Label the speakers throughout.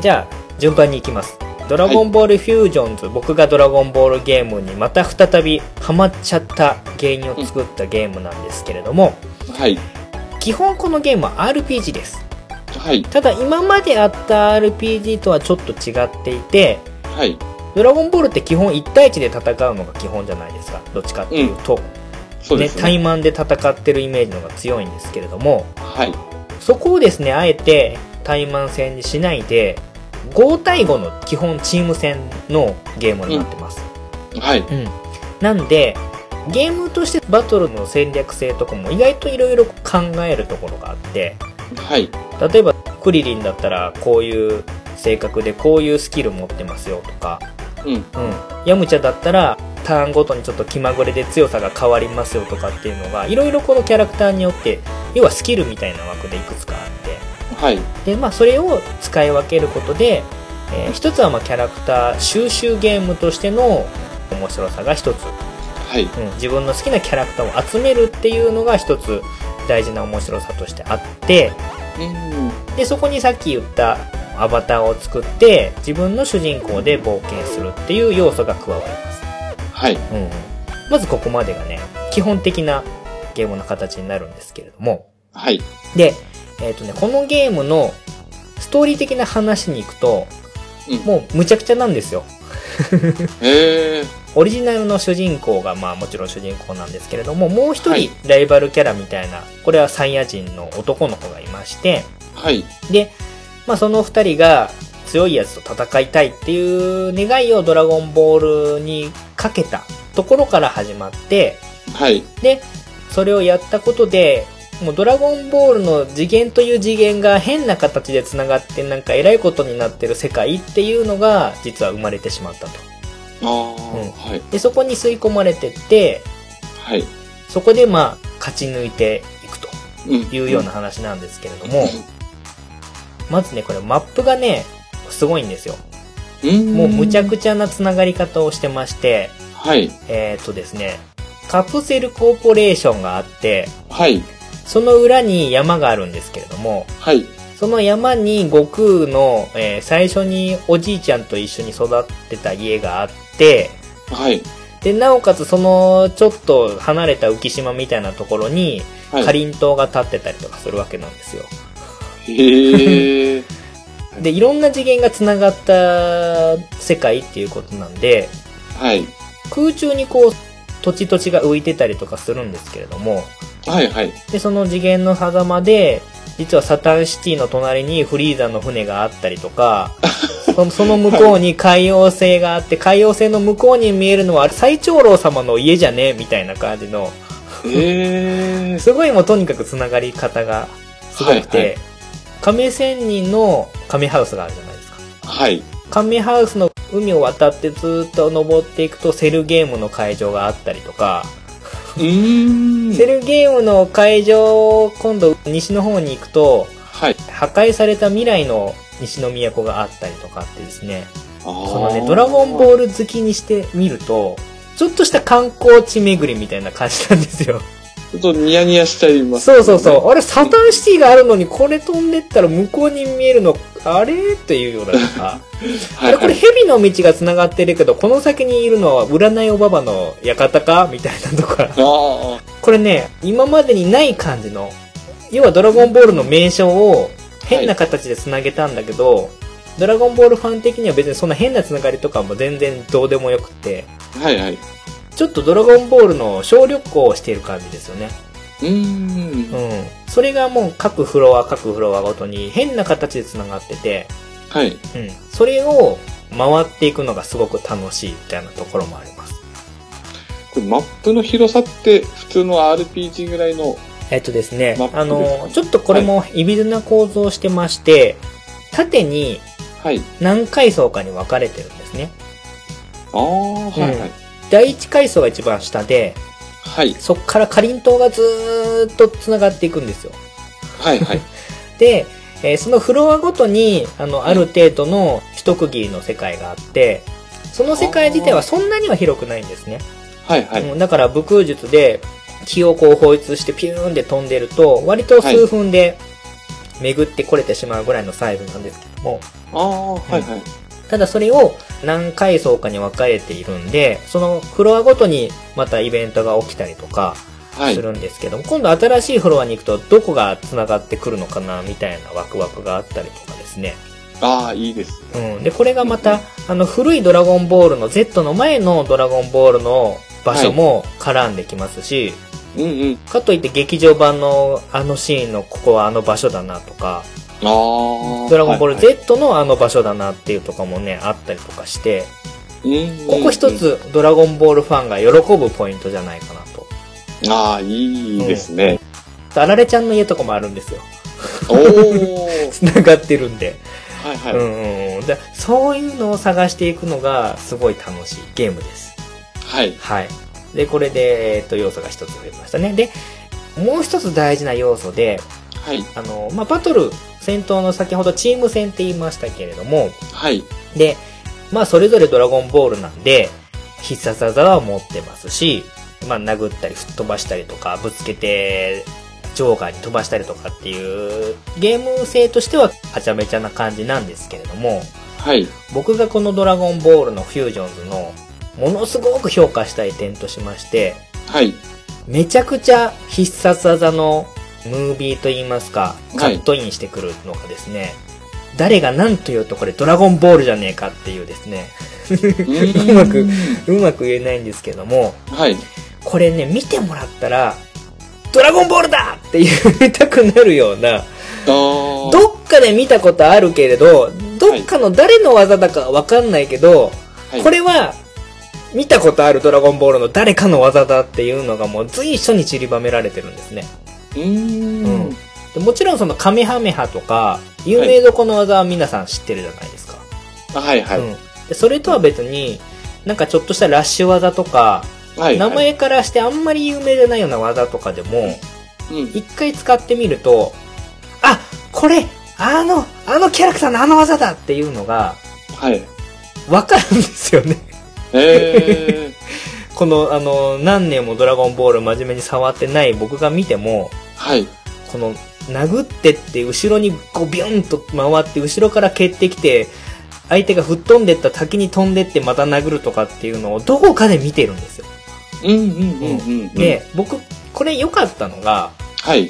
Speaker 1: じゃあ順番に行きます「ドラゴンボールフュージョンズ」僕がドラゴンボールゲームにまた再びハマっちゃった芸人を作ったゲームなんですけれども、
Speaker 2: はい。
Speaker 1: 基本このゲームは RPG です
Speaker 2: はい。
Speaker 1: ただ今まであった RPG とはちょっと違っていて
Speaker 2: はい。
Speaker 1: ドラゴンボールって基本1対1で戦うのが基本じゃないですかどっちかっていうと、
Speaker 2: そう
Speaker 1: ね
Speaker 2: です
Speaker 1: 対
Speaker 2: ね。
Speaker 1: マンで戦ってるイメージの方が強いんですけれども
Speaker 2: はい。
Speaker 1: そこをですねあえて対マン戦にしないで5対5の基本チーム戦のゲームになってます、
Speaker 2: はい。
Speaker 1: うんなんでゲームとしてバトルの戦略性とかも意外といろいろ考えるところがあって
Speaker 2: はい。
Speaker 1: 例えばクリリンだったらこういう性格でこういうスキル持ってますよとか
Speaker 2: うん。
Speaker 1: うん、ヤムチャだったらターンごとにちょっと気まぐれで強さが変わりますよとかっていうのがいろいろこのキャラクターによって要はスキルみたいな枠でいくつかあっ
Speaker 2: はい。
Speaker 1: てで、まあ、それを使い分けることで、えー一つはまあキャラクター収集ゲームとしての面白さが一つ、
Speaker 2: はい。
Speaker 1: うん、自分の好きなキャラクターを集めるっていうのが一つ大事な面白さとしてあって
Speaker 2: うん。
Speaker 1: でそこにさっき言ったアバターを作って自分の主人公で冒険するっていう要素が加わります
Speaker 2: はい。
Speaker 1: うんうん、まずここまでがね基本的なゲームの形になるんですけれども
Speaker 2: はい。
Speaker 1: で、えっとね、このゲームのストーリー的な話に行くと
Speaker 2: うん
Speaker 1: もうむちゃくちゃなんですよ
Speaker 2: へえ。
Speaker 1: オリジナルの主人公がまあもちろん主人公なんですけれどももう一
Speaker 2: は
Speaker 1: 人
Speaker 2: い
Speaker 1: ライバルキャラみたいな、これはサイヤ人の男の子がいまして
Speaker 2: はい。
Speaker 1: で、まあ、その二人が強いやつと戦いたいっていう願いをドラゴンボールにかけたところから始まって
Speaker 2: はい。
Speaker 1: でそれをやったことでもうドラゴンボールの次元という次元が変な形でつながってなんかえらいことになってる世界っていうのが実は生まれてしまったと
Speaker 2: ああ。
Speaker 1: うん
Speaker 2: はい。
Speaker 1: でそこに吸い込まれてって
Speaker 2: はい。
Speaker 1: そこでまあ勝ち抜いていくと
Speaker 2: うん。
Speaker 1: いうような話なんですけれども、まずねこれマップがねすごいんですよ
Speaker 2: うん。
Speaker 1: もうむちゃくちゃなつながり方をしてまして
Speaker 2: はい。
Speaker 1: えー、っとですねカプセルコーポレーションがあって
Speaker 2: はい。
Speaker 1: その裏に山があるんですけれども
Speaker 2: はい。
Speaker 1: その山に悟空の、えー最初におじいちゃんと一緒に育ってた家があって、
Speaker 2: はい。
Speaker 1: で、なおかつそのちょっと離れた浮島みたいなところに、
Speaker 2: はい。
Speaker 1: かりんとうが立ってたりとかするわけなんですよ。
Speaker 2: へえ。
Speaker 1: で、いろんな次元が繋がった世界っていうことなんで、
Speaker 2: はい。
Speaker 1: 空中にこう、土地土地が浮いてたりとかするんですけれども、
Speaker 2: はい。はい。
Speaker 1: で、その次元の狭間で、実はサタンシティの隣にフリーザの船があったりと か、そのその向こうに海洋星があって、海洋星の向こうに見えるのは最長老様の家じゃねえみたいな感じの、
Speaker 2: へえ。
Speaker 1: すごいもうとにかくつながり方が すごくて、
Speaker 2: はいはい
Speaker 1: 亀仙人の亀ハウスがあるじゃないですか。
Speaker 2: はい。
Speaker 1: 亀ハウスの海を渡ってずっと登っていくとセルゲームの会場があったりとか、
Speaker 2: うーん。
Speaker 1: セルゲームの会場を今度西の方に行くと、
Speaker 2: はい。
Speaker 1: 破壊された未来の西の都があったりとかってですね、
Speaker 2: そ
Speaker 1: そのね、ドラゴンボール好きにしてみると、ちょっとした観光地巡りみたいな感じなんです よ。
Speaker 2: ちょっとニヤニヤしちゃいます、
Speaker 1: そうそうそう。あれ、サタンシティがあるのに、これ飛んでったら向こうに見えるの、あれっていうようなと か。
Speaker 2: う。
Speaker 1: あ
Speaker 2: はい、
Speaker 1: れ、こ
Speaker 2: は
Speaker 1: れ
Speaker 2: い。
Speaker 1: 蛇の道が繋がってるけど、この先にいるのは占いおばばの館かみたいなとか。
Speaker 2: あ
Speaker 1: これね、今までにない感じの、要はドラゴンボールの名称を変な形で繋げたんだけど、ドラゴンボールファン的には別にそんな変な繋がりとかも全然どうでもよくて、
Speaker 2: あ。はいはい。
Speaker 1: ちょっとドラゴンボールの小旅行をしている感じですよね。
Speaker 2: うー。
Speaker 1: うんん。それがもう各フロア各フロアごとに変な形で繋がってて、
Speaker 2: はい。
Speaker 1: うん。それを回っていくのがすごく楽しいみたいなところもあります。
Speaker 2: これマップの広さって普通の RPG ぐらいの、
Speaker 1: えっとですね
Speaker 2: マッ、プ
Speaker 1: あ
Speaker 2: ですか
Speaker 1: の、ちょっとこれもいびずな構造をしてまして、縦に
Speaker 2: はい。
Speaker 1: 何階層かに分かれてるんですね。
Speaker 2: ああ、はいはい。
Speaker 1: 第1階層が一番下で、
Speaker 2: はい。
Speaker 1: そっからかりんとうがずーっと繋がっていくんですよ。
Speaker 2: はいはい。
Speaker 1: で、えーそのフロアごとに、あの、ある程度の一区切りの世界があって、その世界自体はそんなには広くないんですね。
Speaker 2: はいはい。
Speaker 1: うんだから武空術で気をこう放出してピューンで飛んでると割と数分で巡ってこれてしまうぐらいのサイズなんですけども、
Speaker 2: ああ、はいはい。
Speaker 1: ただそれを何階層かに分かれているんで、そのフロアごとにまたイベントが起きたりとか
Speaker 2: はい。
Speaker 1: するんですけども、今度新しいフロアに行くとどこが繋がってくるのかなみたいなワクワクがあったりとかですね。
Speaker 2: ああ、いいです。
Speaker 1: うん。で、これがまた、あの古いドラゴンボールの Z の前のドラゴンボールの場所も絡んできますし、
Speaker 2: うんうん。
Speaker 1: かといって劇場版のあのシーンのここはあの場所だなとか、
Speaker 2: ああ。
Speaker 1: ドラゴンボール
Speaker 2: はい
Speaker 1: Z のあの場所だなっていうとかもね、あったりとかして、
Speaker 2: はいうんうんうん
Speaker 1: ここ一。つドラゴンボールファンが喜ぶポイントじゃないかなと。
Speaker 2: ああ、いいですね。
Speaker 1: あられちゃんの家とかもあるんですよ。
Speaker 2: おお。
Speaker 1: 繋がってるんで。
Speaker 2: はいは
Speaker 1: う
Speaker 2: い。
Speaker 1: んうんうん。だそういうのを探していくのがすごい楽しいゲームです。
Speaker 2: はい。
Speaker 1: はい。で、これで、えっと、要素が一つ増えましたね。で、もう一つ大事な要素で、
Speaker 2: はい。
Speaker 1: あの、まあ、バトル、戦闘の先ほどチーム戦って言いましたけれども、
Speaker 2: はい。
Speaker 1: で、まあ、それぞれドラゴンボールなんで、必殺技は持ってますし、まあ、殴ったり、吹っ飛ばしたりとか、ぶつけて、場外に飛ばしたりとかっていう、ゲーム性としては、はちゃめちゃな感じなんですけれども、
Speaker 2: はい。
Speaker 1: 僕がこのドラゴンボールのフュージョンズの、ものすごく評価したい点としまして、
Speaker 2: はい。
Speaker 1: めちゃくちゃ必殺技のムービーと言いますか、カ
Speaker 2: はい
Speaker 1: ットインしてくるのがですね、誰が何と言うとこれドラゴンボールじゃねえかっていうですね、うまく。うまく言えないんですけども、
Speaker 2: はい。
Speaker 1: これね、見てもらったら、ドラゴンボールだって 言いたくなるような、
Speaker 2: ああ。
Speaker 1: どっかで見たことあるけれど、どっかの誰の技だかわかんないけど、
Speaker 2: はい
Speaker 1: これは、見たことあるドラゴンボールの誰かの技だっていうのがもう随所に散りばめられてるんですね。
Speaker 2: うーん。
Speaker 1: でもちろんそのカメハメハとか、有名どこの技は皆さん知ってるじゃないですか。
Speaker 2: はいは
Speaker 1: うん。で、それとは別に、なんかちょっとしたラッシュ技とか、
Speaker 2: い。はい。
Speaker 1: 名前からしてあんまり有名じゃないような技とかでも、
Speaker 2: うん。
Speaker 1: 一回使ってみると、あこれあの、あのキャラクターのあの技だっていうのが、
Speaker 2: はい。
Speaker 1: わかるんですよね。
Speaker 2: ええ。
Speaker 1: この、あの、何年もドラゴンボール真面目に触ってない僕が見ても、
Speaker 2: はい。
Speaker 1: この、殴ってって、後ろにこうビュンと回って、後ろから蹴ってきて、相手が吹っ飛んでった先に飛んでってまた殴るとかっていうのをどこかで見てるんですよ。
Speaker 2: うんうんうんうん。、
Speaker 1: で、僕、これ良かったのが、
Speaker 2: はい。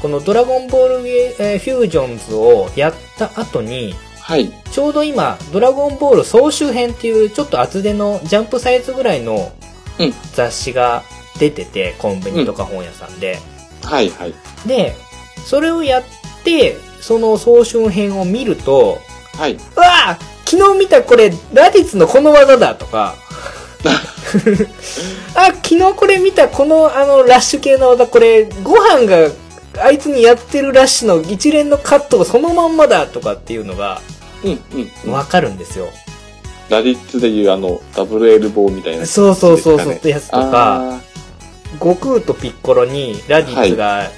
Speaker 1: このドラゴンボールゲーえーフュージョンズをやった後に、
Speaker 2: はい。
Speaker 1: ちょうど今、ドラゴンボール総集編っていうちょっと厚手のジャンプサイズぐらいの
Speaker 2: うん
Speaker 1: 雑誌が出てて、コンビニとか本屋さんで。
Speaker 2: はいはい。
Speaker 1: で、それをやって、その総集編を見ると、
Speaker 2: はい。
Speaker 1: うわあ昨日見たこれ、ラディッツのこの技だと か、あ、昨日これ見たこのあのラッシュ系の技、これ、ご飯があいつにやってるラッシュの一連のカットがそのまんまだとかっていうのが
Speaker 2: うんうん。
Speaker 1: わかるんですよ。
Speaker 2: ラディッツでいうあの、ダブルエルボーみたいな。
Speaker 1: そうそうそうそう
Speaker 2: で
Speaker 1: っ
Speaker 2: す
Speaker 1: てやつとか、
Speaker 2: あ
Speaker 1: 悟空とピッコロにラディッツが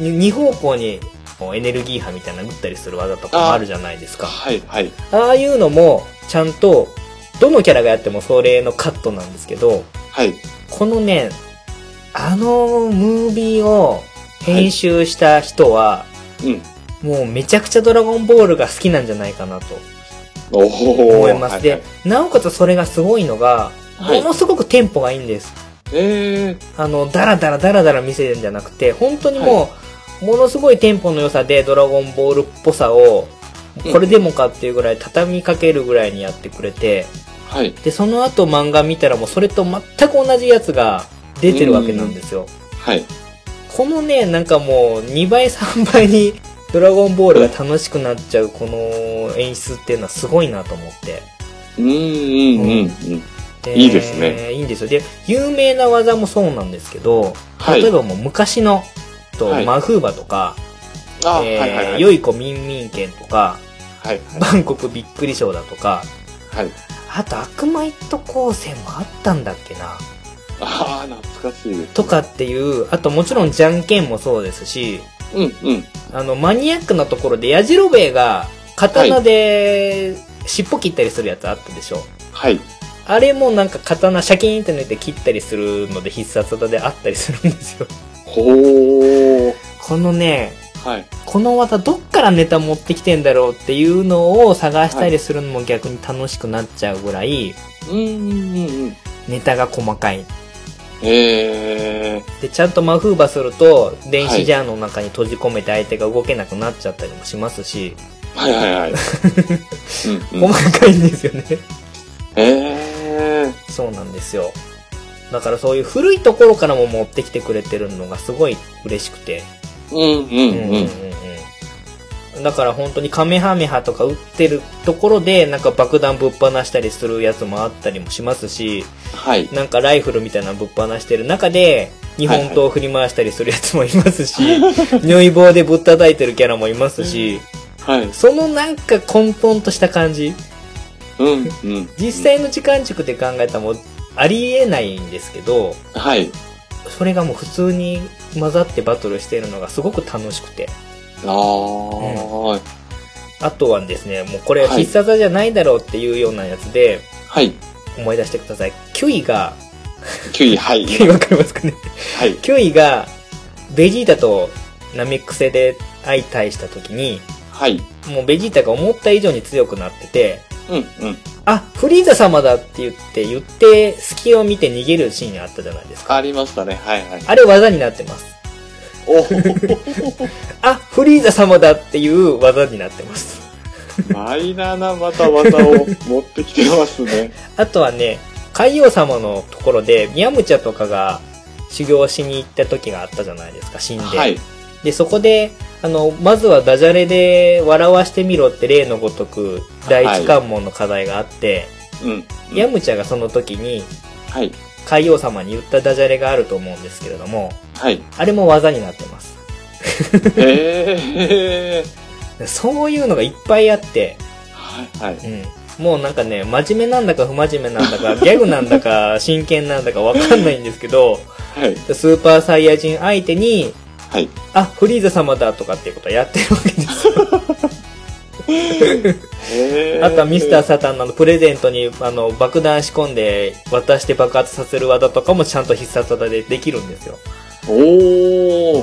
Speaker 1: 2方向にこうエネルギー波みたいなの打ったりする技とかもあるじゃないです
Speaker 2: あ。
Speaker 1: か。
Speaker 2: はいはい。
Speaker 1: ああいうのも、ちゃんと、どのキャラがやってもそれのカットなんですけど、
Speaker 2: はい。
Speaker 1: このね、あのムービーを編集した人は、
Speaker 2: うん。
Speaker 1: もうめちゃくちゃドラゴンボールが好きなんじゃないかなと
Speaker 2: おお。
Speaker 1: 思います。で、なおかつそれがすごいのが、
Speaker 2: はい
Speaker 1: ものすごくテンポがいいんです。
Speaker 2: ええ。
Speaker 1: あの、ダラダラダラダラ見せるんじゃなくて、本当にもう、ものすごいテンポの良さでドラゴンボールっぽさを、これでもかっていうぐらい畳みかけるぐらいにやってくれて、
Speaker 2: はい。
Speaker 1: で、その後漫画見たらもうそれと全く同じやつが出てるわけなんですよ。
Speaker 2: はい。
Speaker 1: このね、なんかもう2倍3倍に ドラゴンボールが楽しくなっちゃうこの演出っていうのはすごいなと思って。
Speaker 2: うんうんうんうん。
Speaker 1: で
Speaker 2: いいですね。
Speaker 1: いいんですよ。で、有名な技もそうなんですけど、
Speaker 2: はい
Speaker 1: 例えばもう昔の、と、
Speaker 2: はい
Speaker 1: マフーバとか、
Speaker 2: あ、は
Speaker 1: え
Speaker 2: い
Speaker 1: ー
Speaker 2: はいはい。
Speaker 1: よい子みんみん券とか、
Speaker 2: はい
Speaker 1: バンコクびっくりショーだとか、
Speaker 2: はい。
Speaker 1: あと悪魔一途光線もあったんだっけな。
Speaker 2: ああ、懐かしいです。
Speaker 1: とかっていう、あともちろんじゃんけんもそうですし、
Speaker 2: うんうん。
Speaker 1: あの、マニアックなところで、矢印兵衛が、刀で、尻尾切ったりするやつあったでしょ。
Speaker 2: はい。
Speaker 1: あれもなんか刀、シャキーンって抜いて切ったりするので必殺技であったりするんですよ。
Speaker 2: ほー。
Speaker 1: このね、
Speaker 2: はい。
Speaker 1: この技どっからネタ持ってきてんだろうっていうのを探したりするのも逆に楽しくなっちゃうぐらい、
Speaker 2: うんうんうんうん。
Speaker 1: ネタが細かい。
Speaker 2: ええ
Speaker 1: で、ちゃんとマフーバすると、電子ジャーの中に閉じ込めて相手が動けなくなっちゃったりもしますし、
Speaker 2: はいは いはい。うんうん、
Speaker 1: 細かいんですよね。
Speaker 2: ええ
Speaker 1: そうなんですよ。だからそういう古いところからも持ってきてくれてるのがすごい嬉しくて。
Speaker 2: うんうんうん。
Speaker 1: うんだから本当にカメハメハとか打ってるところでなんか爆弾ぶっ放したりするやつもあったりもしますし、
Speaker 2: はい。
Speaker 1: なんかライフルみたいなのぶっ放してる中で日本刀を振り回したりするやつもいますし、 如意棒でぶったたいてるキャラもいますし、
Speaker 2: はい。
Speaker 1: そのなんか混沌とした感じ、
Speaker 2: うんうん。
Speaker 1: 実際の時間軸で考えたらもうありえないんですけど、
Speaker 2: はい。
Speaker 1: それがもう普通に混ざってバトルしてるのがすごく楽しくて。
Speaker 2: ああ、
Speaker 1: あとはですね、もうこれは
Speaker 2: はい
Speaker 1: 必殺技じゃないだろうっていうようなやつで
Speaker 2: はい。
Speaker 1: 思い出してください。キュイが、
Speaker 2: 9位、はい。
Speaker 1: キュイわかりますかね
Speaker 2: はい。
Speaker 1: キュイが、ベジータとナメック星で相対した時に、
Speaker 2: はい。
Speaker 1: もうベジータが思った以上に強くなってて、
Speaker 2: うんうん。
Speaker 1: あ、フリーザ様だって言って、言って、隙を見て逃げるシーンあったじゃないですか。
Speaker 2: ありましたね。はいはい。
Speaker 1: あれ技になってます。
Speaker 2: お
Speaker 1: あ、フリーザ様だっていう技になってます。
Speaker 2: マイナーなまた技を持ってきてますね。
Speaker 1: あとはね、海王様のところで、ミヤムチャとかが修行しに行った時があったじゃないですか、死んで。
Speaker 2: はい。
Speaker 1: で、そこで、あの、まずはダジャレで笑わしてみろって例のごとく、第一関門の課題があって、
Speaker 2: うん。
Speaker 1: ミヤムチャがその時に、
Speaker 2: はい。
Speaker 1: 海王様に言ったダジャレがあると思うんですけれども、
Speaker 2: はい。
Speaker 1: あれも技になってます。
Speaker 2: ええ
Speaker 1: そういうのがいっぱいあって、
Speaker 2: ー。はいはい。
Speaker 1: うん。もうなんかね、真面目なんだか不真面目なんだか、ギャグなんだか、真剣なんだかわかんないんですけど、
Speaker 2: はい。
Speaker 1: スーパーサイヤ人相手に、
Speaker 2: はい。
Speaker 1: あ、フリーザ様だとかっていうことをやってるわけですよ。
Speaker 2: えー
Speaker 1: あとはミスターサタンのあのプレゼントにあの爆弾仕込んで渡して爆発させる技とかもちゃんと必殺技でできるんですよ。う
Speaker 2: お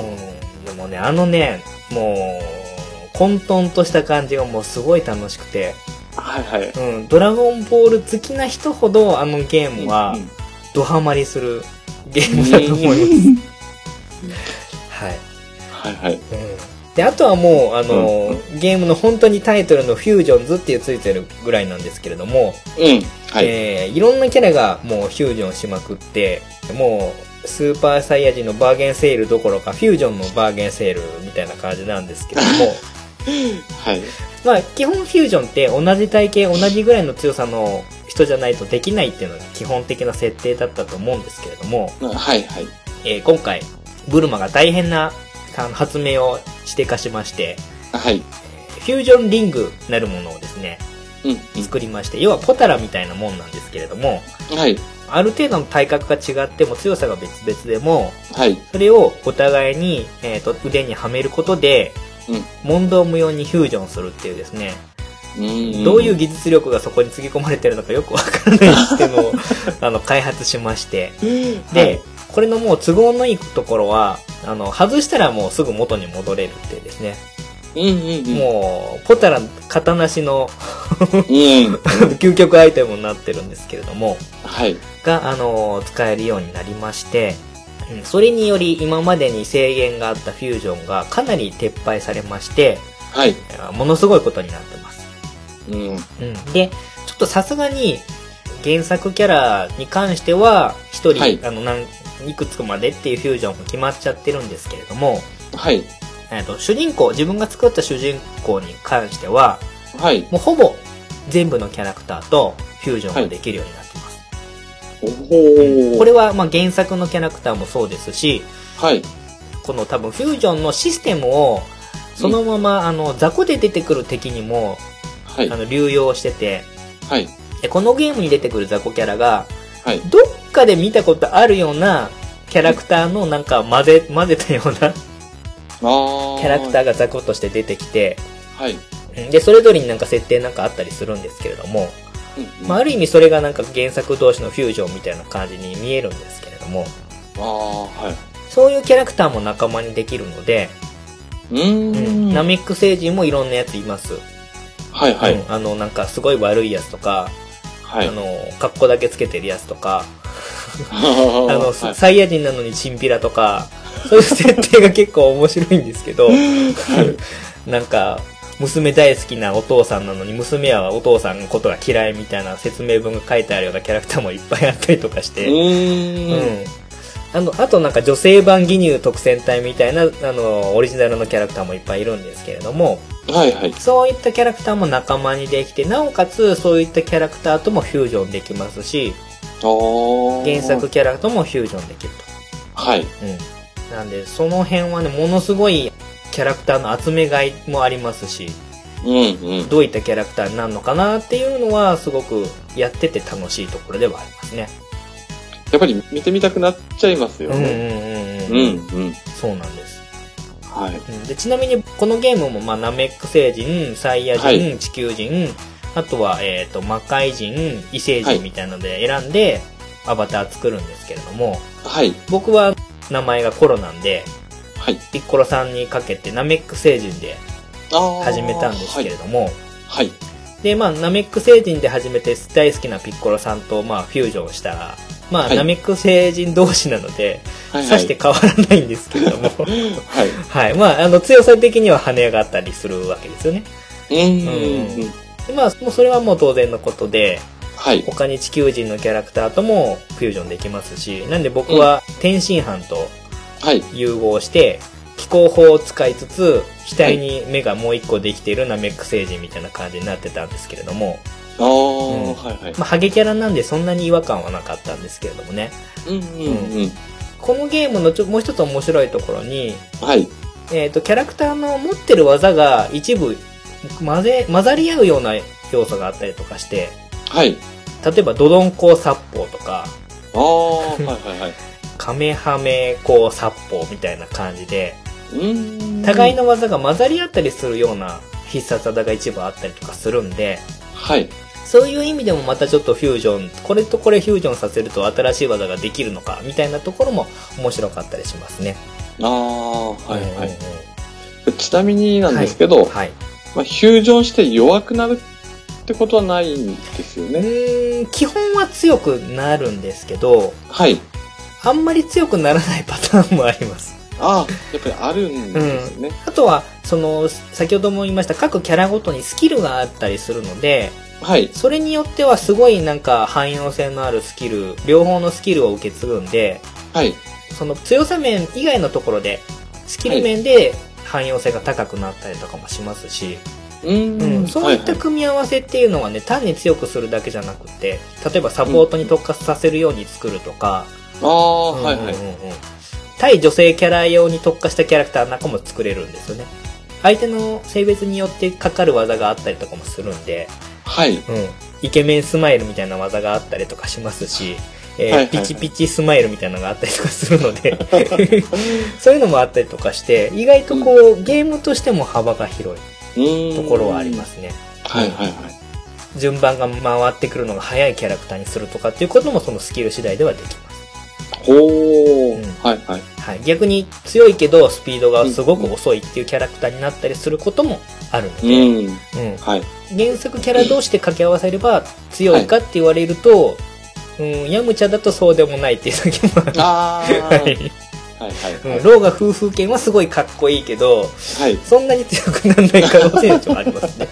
Speaker 2: ー。
Speaker 1: ん。でもね、あのね、もう、混沌とした感じがもうすごい楽しくて、
Speaker 2: はいはい。
Speaker 1: うん。ドラゴンボール好きな人ほどあのゲームは
Speaker 2: うんうん
Speaker 1: ドハマりするゲームだと 思います。はい。
Speaker 2: はいはい。
Speaker 1: で、あとはもう、あの、
Speaker 2: う
Speaker 1: ゲームの本当にタイトルのフュージョンズっていうついてるぐらいなんですけれども、
Speaker 2: うん。はい。
Speaker 1: えーいろんなキャラがもうフュージョンしまくって、もう、スーパーサイヤ人のバーゲンセールどころか、フュージョンのバーゲンセールみたいな感じなんですけれど も、
Speaker 2: はい。
Speaker 1: まあ、基本フュージョンって同じ体型、同じぐらいの強さの人じゃないとできないっていうのが基本的な設定だったと思うんですけれども、
Speaker 2: はいはい。
Speaker 1: えー今回、ブルマが大変なあの発明をして化しまして、
Speaker 2: はい。
Speaker 1: フュージョンリングなるものをですね、
Speaker 2: うん
Speaker 1: 作りまして、要はポタラみたいなもんなんですけれども、
Speaker 2: うん。はい。
Speaker 1: ある程度の体格が違っても強さが別々でも、
Speaker 2: はい。
Speaker 1: それをお互いに、えーと腕にはめることで、
Speaker 2: うん
Speaker 1: 問答無用にフュージョンするっていうですね、
Speaker 2: うん
Speaker 1: どういう技術力がそこにつぎ込まれてるのかよくわからないシステム をあの開発しまして、で、
Speaker 2: はい
Speaker 1: これのもう都合のいいところは、あの、外したらもうすぐ元に戻れるっていうですね。
Speaker 2: うんうんうん。
Speaker 1: もう、ポタラ、型なしの
Speaker 2: うん。
Speaker 1: 究極アイテムになってるんですけれども、
Speaker 2: はい。
Speaker 1: が、あの、使えるようになりまして、うんそれにより今までに制限があったフュージョンがかなり撤廃されまして、
Speaker 2: はい。
Speaker 1: あものすごいことになってます。
Speaker 2: うん。
Speaker 1: うん。で、ちょっとさすがに、原作キャラに関しては、一人、
Speaker 2: はい
Speaker 1: あの、なん、いくつかまでっていうフュージョンも決まっちゃってるんですけれども、
Speaker 2: はい。
Speaker 1: えっと、主人公、自分が作った主人公に関しては、
Speaker 2: はい。
Speaker 1: もうほぼ全部のキャラクターとフュージョンができるようになってます。
Speaker 2: おー。
Speaker 1: これはまあ原作のキャラクターもそうですし、
Speaker 2: はい。
Speaker 1: この多分フュージョンのシステムをそのままあの雑魚で出てくる敵にも
Speaker 2: はい
Speaker 1: あ。の流用してて、
Speaker 2: はい。
Speaker 1: でこのゲームに出てくる雑魚キャラが、
Speaker 2: はい。
Speaker 1: どっかで見たことあるようなキャラクターのなんか混ぜ、混ぜたような
Speaker 2: あー。
Speaker 1: キャラクターが雑魚として出てきて、
Speaker 2: はい。
Speaker 1: うんで、それぞれになんか設定なんかあったりするんですけれども、
Speaker 2: うん
Speaker 1: まあ、ある意味それがなんか原作同士のフュージョンみたいな感じに見えるんですけれども、
Speaker 2: あー、はい。
Speaker 1: そういうキャラクターも仲間にできるので、
Speaker 2: うーん。
Speaker 1: ナメック星人もいろんなやついます。
Speaker 2: はいはい。
Speaker 1: うんあの、なんかすごい悪いやつとか、
Speaker 2: はい。
Speaker 1: あ の、格好だけつけてるやつとか、あ
Speaker 2: あ
Speaker 1: の、
Speaker 2: はい
Speaker 1: サイヤ人なのにチンピラとか、そういう設定が結構面白いんですけど、 なんか、娘大好きなお父さんなのに、娘はお父さんのことが嫌いみたいな説明文が書いてあるようなキャラクターもいっぱいあったりとかし
Speaker 2: う
Speaker 1: て、う
Speaker 2: ーん。
Speaker 1: ん。あの、あとなんか女性版義乳特選隊みたいな、あの、オリジナルのキャラクターもいっぱいいるんですけれども、
Speaker 2: はいはい。
Speaker 1: そういったキャラクターも仲間にできて、なおかつそういったキャラクターともフュージョンできますし、
Speaker 2: おー
Speaker 1: 原作。キャラともフュージョンできる
Speaker 2: はい。
Speaker 1: と。うん。なんで、その辺はね、ものすごいキャラクターの集め買いもありますし、
Speaker 2: うんうん。
Speaker 1: どういったキャラクターになるのかなっていうのは、すごくやってて楽しいところではありますね。
Speaker 2: やっぱり見てみたくなっちゃいますよ
Speaker 1: うんう
Speaker 2: ね。
Speaker 1: ん
Speaker 2: う
Speaker 1: うんうん。
Speaker 2: んうん。
Speaker 1: そうなんです。
Speaker 2: はい。
Speaker 1: うんでちなみにこのゲームも、まあ、ナメック星人サイヤ人、
Speaker 2: はい
Speaker 1: 地球人あとは、えー、と魔界人異星
Speaker 2: はい
Speaker 1: 人みたいなので選んで、アバター作るんですけれども
Speaker 2: はい。
Speaker 1: 僕は名前がコロなんで
Speaker 2: はい。
Speaker 1: ピッコロさんにかけてナメック星人で
Speaker 2: あー
Speaker 1: 始めたんですけれども、
Speaker 2: はい。
Speaker 1: でまあナメック星人で始めて大好きなピッコロさんと、まあ、フュージョンしたらまあ、
Speaker 2: はい
Speaker 1: ナメック星人同士なので、
Speaker 2: はい。
Speaker 1: さして変わらないんですけれども、
Speaker 2: はい。
Speaker 1: はい。まあ、あの、強さ的には跳ね上がったりするわけですよね。
Speaker 2: うーん。
Speaker 1: でまあ、もうそれはもう当然のことで、
Speaker 2: はい。
Speaker 1: 他に地球人のキャラクターともフュージョンできますし、なんで僕は天津飯と
Speaker 2: はい。
Speaker 1: 融合して、気候法を使いつつ、額に目がもう一個できているナメック星人みたいな感じになってたんですけれども、
Speaker 2: あ
Speaker 1: うん
Speaker 2: ーはいはい。
Speaker 1: まあ、ハゲキャラなんでそんなに違和感はなかったんですけれどもね。
Speaker 2: うんうんうん。
Speaker 1: このゲームのちょもう一つ面白いところに、
Speaker 2: はい。
Speaker 1: えっ、と、キャラクターの持ってる技が一部混ぜ、混ざり合うような要素があったりとかして、
Speaker 2: はい。
Speaker 1: 例えばドドンコ殺法とか、
Speaker 2: あー はいはいはい。
Speaker 1: カメハメコ殺法みたいな感じで、
Speaker 2: うーん。
Speaker 1: 互い。の技が混ざり合ったりするような必殺技が一部あったりとかするんで、
Speaker 2: はい。
Speaker 1: そういう意味でもまたちょっとフュージョン、これとこれフュージョンさせると新しい技ができるのか、みたいなところも面白かったりしますね。
Speaker 2: あーはいは
Speaker 1: うん
Speaker 2: い。
Speaker 1: う
Speaker 2: ちなみになんですけど、
Speaker 1: んうんはい。
Speaker 2: まあ、フュージョンして弱くなるってことはないんですよ
Speaker 1: う
Speaker 2: ね。
Speaker 1: ーん、基本は強くなるんですけど、
Speaker 2: はい。
Speaker 1: あんまり強くならないパターンもあります。
Speaker 2: ああ、やっぱりあるんですよね。
Speaker 1: あとは、その、先ほども言いました、各キャラごとにスキルがあったりするので、
Speaker 2: はい。
Speaker 1: それによってはすごいなんか汎用性のあるスキル、両方のスキルを受け継ぐんで、
Speaker 2: はい。
Speaker 1: その強さ面以外のところで、スキル面で汎用性が高くなったりとかもしますし、
Speaker 2: うーん,、
Speaker 1: うん、そういった
Speaker 2: はい
Speaker 1: 組み合わせっていうのはね、単に強くするだけじゃなくて、例えばサポートに特化させるように作るとか、
Speaker 2: ああ、はいはい
Speaker 1: うん。うんうんうん対女性キャラ用に特化したキャラクターなんかも作れるんですよね。相手の性別によってかかる技があったりとかもするんで、
Speaker 2: はい。
Speaker 1: うん、イケメンスマイルみたいな技があったりとかしますし、えー
Speaker 2: はいはいはい
Speaker 1: ピチピチスマイルみたいなのがあったりとかするの で、そういうのもあったりとかして、意外とこう、ゲームとしても幅が広いう
Speaker 2: ーん。。
Speaker 1: ところはありますすね。
Speaker 2: はいはいはい。
Speaker 1: 順番が回ってくるのが早いキャラクターにするとかっていうこともそのスキル次第ではできます。
Speaker 2: ほー、
Speaker 1: うん
Speaker 2: はいはい。
Speaker 1: はい、逆に強いけどスピードがすごく遅いっていうキャラクターになったりすることもあるの
Speaker 2: う
Speaker 1: で、
Speaker 2: ん。
Speaker 1: うん
Speaker 2: はい。
Speaker 1: 原作キャラ同士で掛け合わせれば強いかって言われると、うん、ヤムチャだとそうでもないっていう時もある。
Speaker 2: ああ、は
Speaker 1: はい
Speaker 2: はいいは
Speaker 1: う
Speaker 2: い。
Speaker 1: ん、ローガ夫婦犬はすごいかっこいいけど、
Speaker 2: はい。
Speaker 1: そんなに強くならない可能性もあります ね。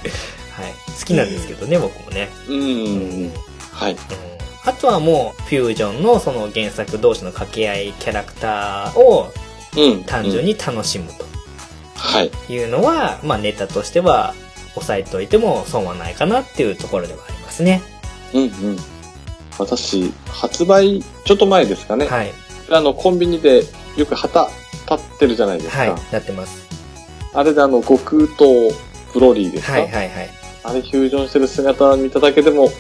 Speaker 1: はい。好きなんですけどね、僕もね。
Speaker 2: う
Speaker 1: うん
Speaker 2: ん。はい。
Speaker 1: あとはもう、フュージョンのその原作同士の掛け合いキャラクターを
Speaker 2: うん。
Speaker 1: 単純
Speaker 2: に。
Speaker 1: に楽しむと。
Speaker 2: はい。
Speaker 1: いうのは、まあネタとしては押さえておいても損はないかなっていうところではありますね。
Speaker 2: うんうん。私、発売ちょっと前ですかね。
Speaker 1: はい。
Speaker 2: あの、コンビニでよく旗立ってるじゃないですか。
Speaker 1: はい。なってます。
Speaker 2: あれであの、悟空とブロリーですか、
Speaker 1: はいはいはい。
Speaker 2: あれ、フュージョンしてる姿を見ただけでも、おっっ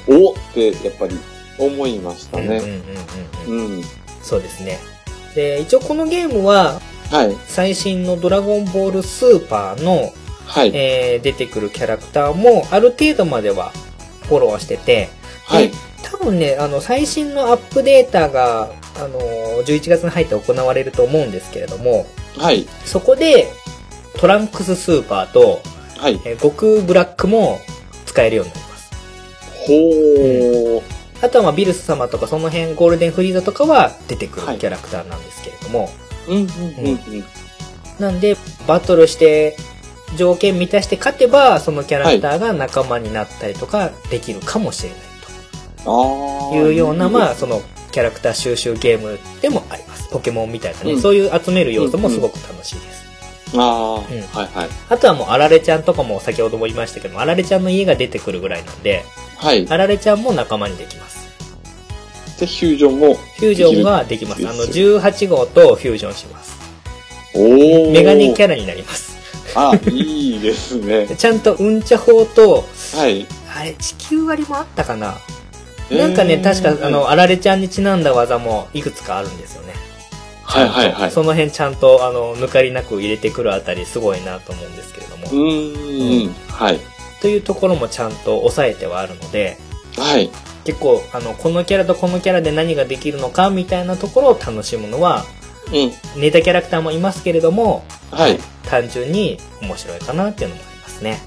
Speaker 2: て、やっぱり、思いました
Speaker 1: うんうんうん
Speaker 2: ね。
Speaker 1: うんう。
Speaker 2: うんん、
Speaker 1: そうですね。で、一応このゲームは
Speaker 2: はい。
Speaker 1: 最新のドラゴンボールスーパーの、
Speaker 2: はい。
Speaker 1: えー出てくるキャラクターもある程度まではフォローしてて、
Speaker 2: はい。
Speaker 1: 多分ね、あの、最新のアップデータが、あのー、11月に入って行われると思うんですけれども、
Speaker 2: はい。
Speaker 1: そこで、トランクススーパーと、
Speaker 2: はい。
Speaker 1: えー極ブラックも使えるようになります。
Speaker 2: ほー。
Speaker 1: あとはまあビルス様とかその辺ゴールデンフリーザとかは出てくるキャラクターなんですけれども、
Speaker 2: うんうんうんうん。
Speaker 1: なんでバトルして条件満たして勝てばそのキャラクターが仲間になったりとかできるかもしれない
Speaker 2: あ
Speaker 1: と
Speaker 2: あ。
Speaker 1: いうような、まあ
Speaker 2: あ、
Speaker 1: そのキャラクター収集ゲームでもあります。ポケモンみたいなね、
Speaker 2: うん
Speaker 1: そういう集める要素もすごく楽しいです。
Speaker 2: あ
Speaker 1: うん
Speaker 2: ーはいはい。
Speaker 1: あとはもうあられちゃんとかも先ほども言いましたけども、あられちゃんの家が出てくるぐらいなんで、
Speaker 2: はい。
Speaker 1: あられちゃんも仲間にできます。
Speaker 2: で、フュージョンも。
Speaker 1: フュージョンができます。
Speaker 2: で
Speaker 1: あ
Speaker 2: き
Speaker 1: の、
Speaker 2: る
Speaker 1: 18号とフュージョンします。
Speaker 2: おお。
Speaker 1: メガネキ
Speaker 2: ャ
Speaker 1: ャラになります。
Speaker 2: あ、いいですね。
Speaker 1: ちゃんとうんちゃ砲と、
Speaker 2: はい。
Speaker 1: あれ、地球割りもあったかな
Speaker 2: えー
Speaker 1: なんかね、確か、あ、の、あられちゃんにちなんだ技もいくつかあるんですよね。
Speaker 2: はいはいはい。
Speaker 1: その辺ちゃんと、あの、抜かりなく入れてくるあたりすごいなと思うんですけれども
Speaker 2: う。ーん。はい。
Speaker 1: というところもちゃんと抑えてはあるので、
Speaker 2: はい。
Speaker 1: 結構、あの、このキャラとこのキャラで何ができるのかみたいなところを楽しむのは、
Speaker 2: うん。
Speaker 1: ネタキャラクターもいますけれども、
Speaker 2: はい。
Speaker 1: 単純に面白いかなっていうのもありますね。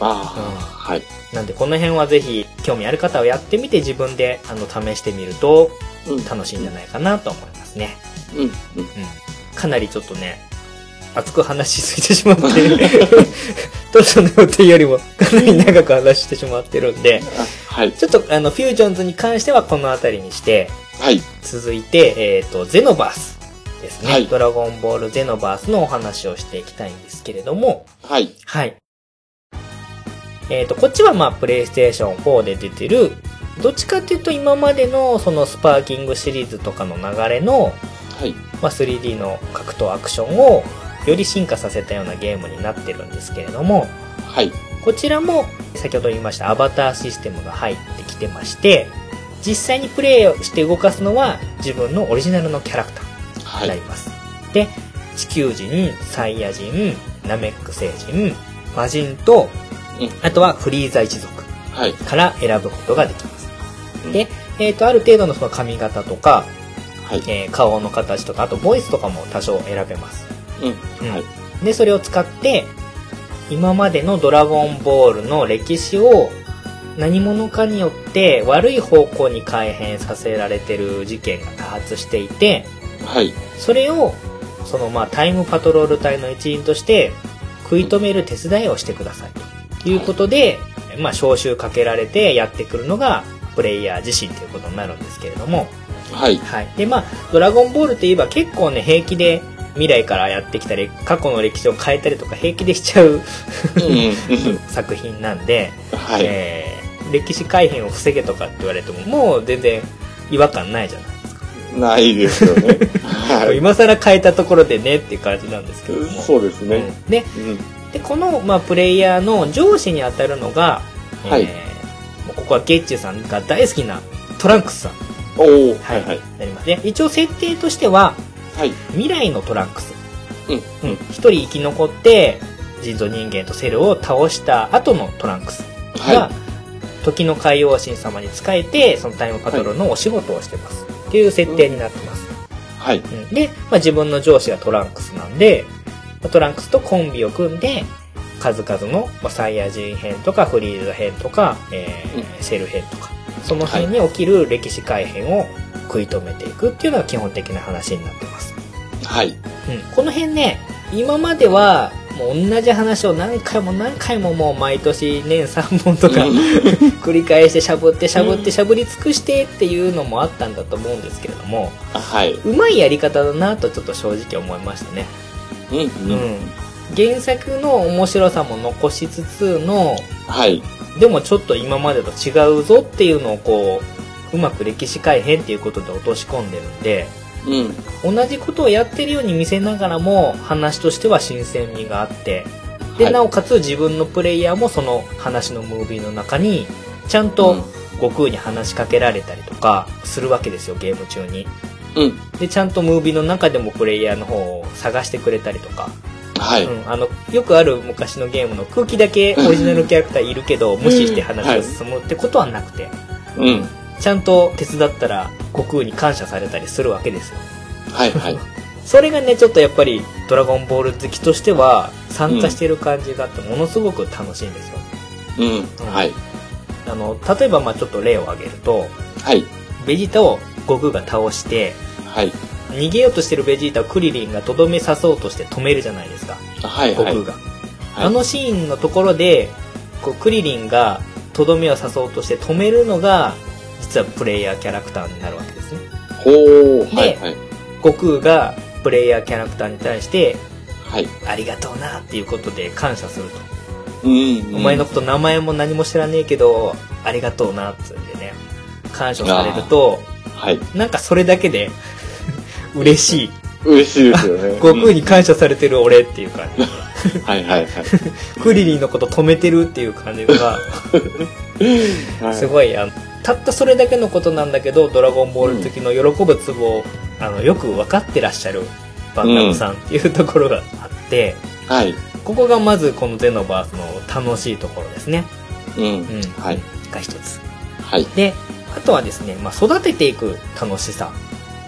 Speaker 2: ああ、はい。
Speaker 1: なんでこの辺はぜひ興味ある方はやってみて自分であの試してみると
Speaker 2: うん。
Speaker 1: 楽しいんじゃないかなと思いますね。
Speaker 2: うん。うん。
Speaker 1: うん。かなりちょっとね、熱く話しすぎてしまって、 当初の予定よりもかなり長く話してしまってるんで、
Speaker 2: あはい。
Speaker 1: ちょっとあのフュージョンズに関してはこの辺りにして、
Speaker 2: はい。
Speaker 1: 続いて、えっ、と、ゼノバースですね。
Speaker 2: はい
Speaker 1: ドラゴンボールゼノバースのお話をしていきたいんですけれども、
Speaker 2: はい。
Speaker 1: はい。えっ、と、こっちはまあ、プレイステーション4で出てる、どっちかっていうと今までのそのスパーキングシリーズとかの流れの、
Speaker 2: はい。
Speaker 1: まあ、3D の格闘アクションをより進化させたようなゲームになってるんですけれども、
Speaker 2: はい。
Speaker 1: こちらも先ほど言いましたアバターシステムが入ってきてまして、実際にプレイをして動かすのは自分のオリジナルのキャラクター。
Speaker 2: は
Speaker 1: ないり。ます。で、地球人、サイヤ人、ナメック星人、魔人と
Speaker 2: うん、
Speaker 1: あとはフリーザ一族
Speaker 2: はい。
Speaker 1: から選ぶことができます
Speaker 2: う。ん
Speaker 1: で、えっ、と、ある程度のその髪型とか、
Speaker 2: はい。
Speaker 1: えー顔の形とか、あとボイスとかも多少選べます。
Speaker 2: うん。はい。
Speaker 1: で、それを使って、今までのドラゴンボールの歴史を何者かによって悪い方向に改変させられてる事件が多発していて、
Speaker 2: はい。
Speaker 1: それをそのまあタイムパトロール隊の一員として食い止める手伝いをしてくださいということで、まあ、招集かけられてやってくるのがプレイヤー自身ということになるんですけれども、
Speaker 2: はい。
Speaker 1: はい、でまあ「ドラゴンボール」といえば結構ね平気で未来からやってきたり過去の歴史を変えたりとか平気でしちゃう
Speaker 2: うん。うん
Speaker 1: 作品なんで、
Speaker 2: はい。
Speaker 1: えー歴史改変を防げとかって言われてももう全然違和感ないじゃないですか、
Speaker 2: ないです よね。はい。
Speaker 1: 今更変えたところでねっていう感じなんですけども
Speaker 2: そうですね。
Speaker 1: うんで
Speaker 2: うん。
Speaker 1: でこの、まあ、プレイヤーの上司に当たるのが、
Speaker 2: はい
Speaker 1: ーもうここはゲッチュさんが大好きなトランクスさんに
Speaker 2: おお。はい。はい。
Speaker 1: なりますね一応設定としては
Speaker 2: はい。
Speaker 1: 未来のトランクス
Speaker 2: うん。うん。
Speaker 1: 一人生き残って人造人間とセルを倒した後のトランクスが、
Speaker 2: は
Speaker 1: 時の海王神様に仕えてそのタイムパトロールのお仕事をしてます、っていう設定になってます、
Speaker 2: い。はい。
Speaker 1: うんで、まあ、自分の上司がトランクスなんで、まあトランクスとコンビを組んで、数々の、まあ、サイヤ人編とかフリーザ編とか、えーセル編とか、その辺に起きる歴史改変を食い止めていくっていうのが基本的な話になってます。
Speaker 2: はい。
Speaker 1: うん、この辺ね、今までは、もう同じ話を何回も何回ももう毎年年3本とか
Speaker 2: うん
Speaker 1: 繰り返してしゃぶってしゃぶってしゃぶり尽くしてっていうのもあったんだと思うんですけれども、
Speaker 2: はい。
Speaker 1: うまいやり方だなとちょっと正直思いましたね、
Speaker 2: うん。うん。
Speaker 1: 原作の面白さも残しつつの
Speaker 2: はい。
Speaker 1: でもちょっと今までと違うぞっていうのをこううまく歴史改変っていうことで落とし込んでるんで
Speaker 2: うん。
Speaker 1: 同じことをやってるように見せながらも話としては新鮮味があってで、
Speaker 2: はい
Speaker 1: なおかつ自分のプレイヤーもその話のムービーの中にちゃん
Speaker 2: う
Speaker 1: と
Speaker 2: ん
Speaker 1: 悟空に話しかけられたりとかするわけですよゲーム中に
Speaker 2: うん。
Speaker 1: でちゃんとムービーの中でもプレイヤーの方を探してくれたりとか、
Speaker 2: はい。
Speaker 1: うん、あのよくある昔のゲームの空気だけオリジナルキャラクターいるけど無視して話が進むってことはなくて
Speaker 2: うん。
Speaker 1: ちゃんと手伝ったら悟空に感謝されたりするわけですよ
Speaker 2: はい。はい。
Speaker 1: それがねちょっとやっぱりドラゴンボール好きとしては、参加してる感じがあって、ものすごく楽しいんですよ。
Speaker 2: うん。はい。
Speaker 1: あの、例えば、まあちょっと例を挙げると、
Speaker 2: はい。
Speaker 1: ベジータを悟空が倒して、
Speaker 2: はい。
Speaker 1: 逃げようとしてるベジータをクリリンがとどめ刺そうとして止めるじゃないですか、
Speaker 2: はい。
Speaker 1: 悟
Speaker 2: はい。
Speaker 1: 空が。あのシーンのところで、こう、クリリンがとどめを刺そうとして止めるのが、実はプレイヤーキャラクターになるわけですね。
Speaker 2: ほー。はい。はい。
Speaker 1: 悟空がプレイヤーキャラクターに対して、
Speaker 2: はい。
Speaker 1: ありがとうなっていうことで感謝すると。
Speaker 2: うん。
Speaker 1: お前のこと名前も何も知らねえけど、ありがとうなってうんでね、感謝されると、
Speaker 2: はい。
Speaker 1: なんかそれだけで、 嬉しい。
Speaker 2: 嬉しいですよね。
Speaker 1: 悟空に感謝されてる俺っていう感じ。
Speaker 2: うん。はいはいは
Speaker 1: クリリンのこと止めてるっていう感じが、
Speaker 2: い。はい
Speaker 1: すごい、あの、たったそれだけのことなんだけど、ドラゴンボール好きの喜ぶツボを、あの、よく分かってらっしゃるバンダムさんっていうところがあって、
Speaker 2: はい。
Speaker 1: ここがまずこのゼノバースの楽しいところですね。
Speaker 2: うん
Speaker 1: う。ん。
Speaker 2: はい。
Speaker 1: が一つ。
Speaker 2: はい。
Speaker 1: で、あとはですね、まあ、育てていく楽しさ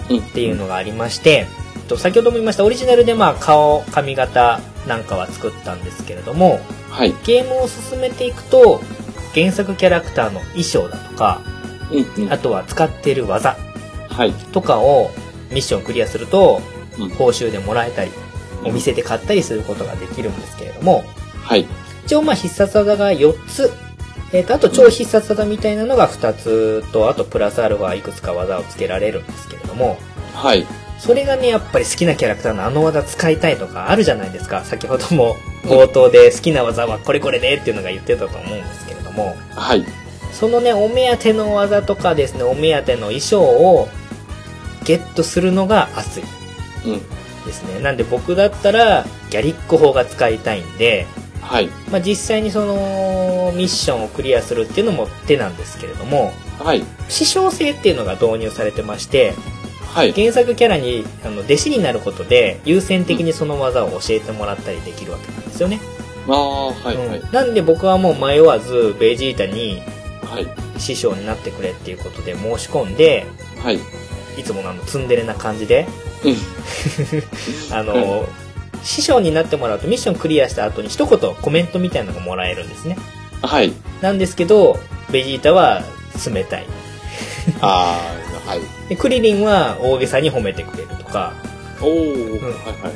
Speaker 2: うん。っ
Speaker 1: っていうのがありまして、と先ほども言いました、オリジナルでまあ、顔、髪型なんかは作ったんですけれども、
Speaker 2: はい。
Speaker 1: ゲームを進めていくと、原作キャラクターの衣装だとか、
Speaker 2: うん。うん
Speaker 1: あとは使ってる技
Speaker 2: はい。
Speaker 1: とかをミッションクリアすると
Speaker 2: うん
Speaker 1: 報酬でもらえたりお店で買ったりすることができるんですけれども
Speaker 2: はい。
Speaker 1: 一応まあ必殺技が4つ、えー、とあと超必殺技みたいなのが2つとあとプラスアルファいくつか技をつけられるんですけれども
Speaker 2: はい。
Speaker 1: それがねやっぱり好きなキャラクターのあの技使いたいとかあるじゃないですか先ほども冒頭で好きな技はこれこれでっていうのが言ってたと思うんですけれども
Speaker 2: はい。
Speaker 1: そのね、お目当ての技とかですね、お目当ての衣装をゲットするのが熱い
Speaker 2: うん。
Speaker 1: ですね。なんで僕だったら、ギャリック砲が使いたいんで、
Speaker 2: はい。
Speaker 1: まあ、実際にその、ミッションをクリアするっていうのも手なんですけれども、
Speaker 2: はい。
Speaker 1: 師匠制っていうのが導入されてまして、
Speaker 2: はい。
Speaker 1: 原作キャラにあの弟子になることで、優先的にその技を教えてもらったりできるわけなんですよね。
Speaker 2: ああ、はい。
Speaker 1: うん
Speaker 2: はい。
Speaker 1: なんで僕はもう迷わず、ベジータに
Speaker 2: はい。
Speaker 1: 師匠になってくれっていうことで申し込んで、
Speaker 2: はい。
Speaker 1: いつものあのツンデレな感じで、
Speaker 2: うん
Speaker 1: あの、師匠になってもらうとミッションクリアした後に一言コメントみたいなのがもらえるんですね。
Speaker 2: はい。
Speaker 1: なんですけど、ベジータは冷たい。
Speaker 2: ああ、はい。
Speaker 1: でクリリンは大げさに褒めてくれるとか、
Speaker 2: おお、はいは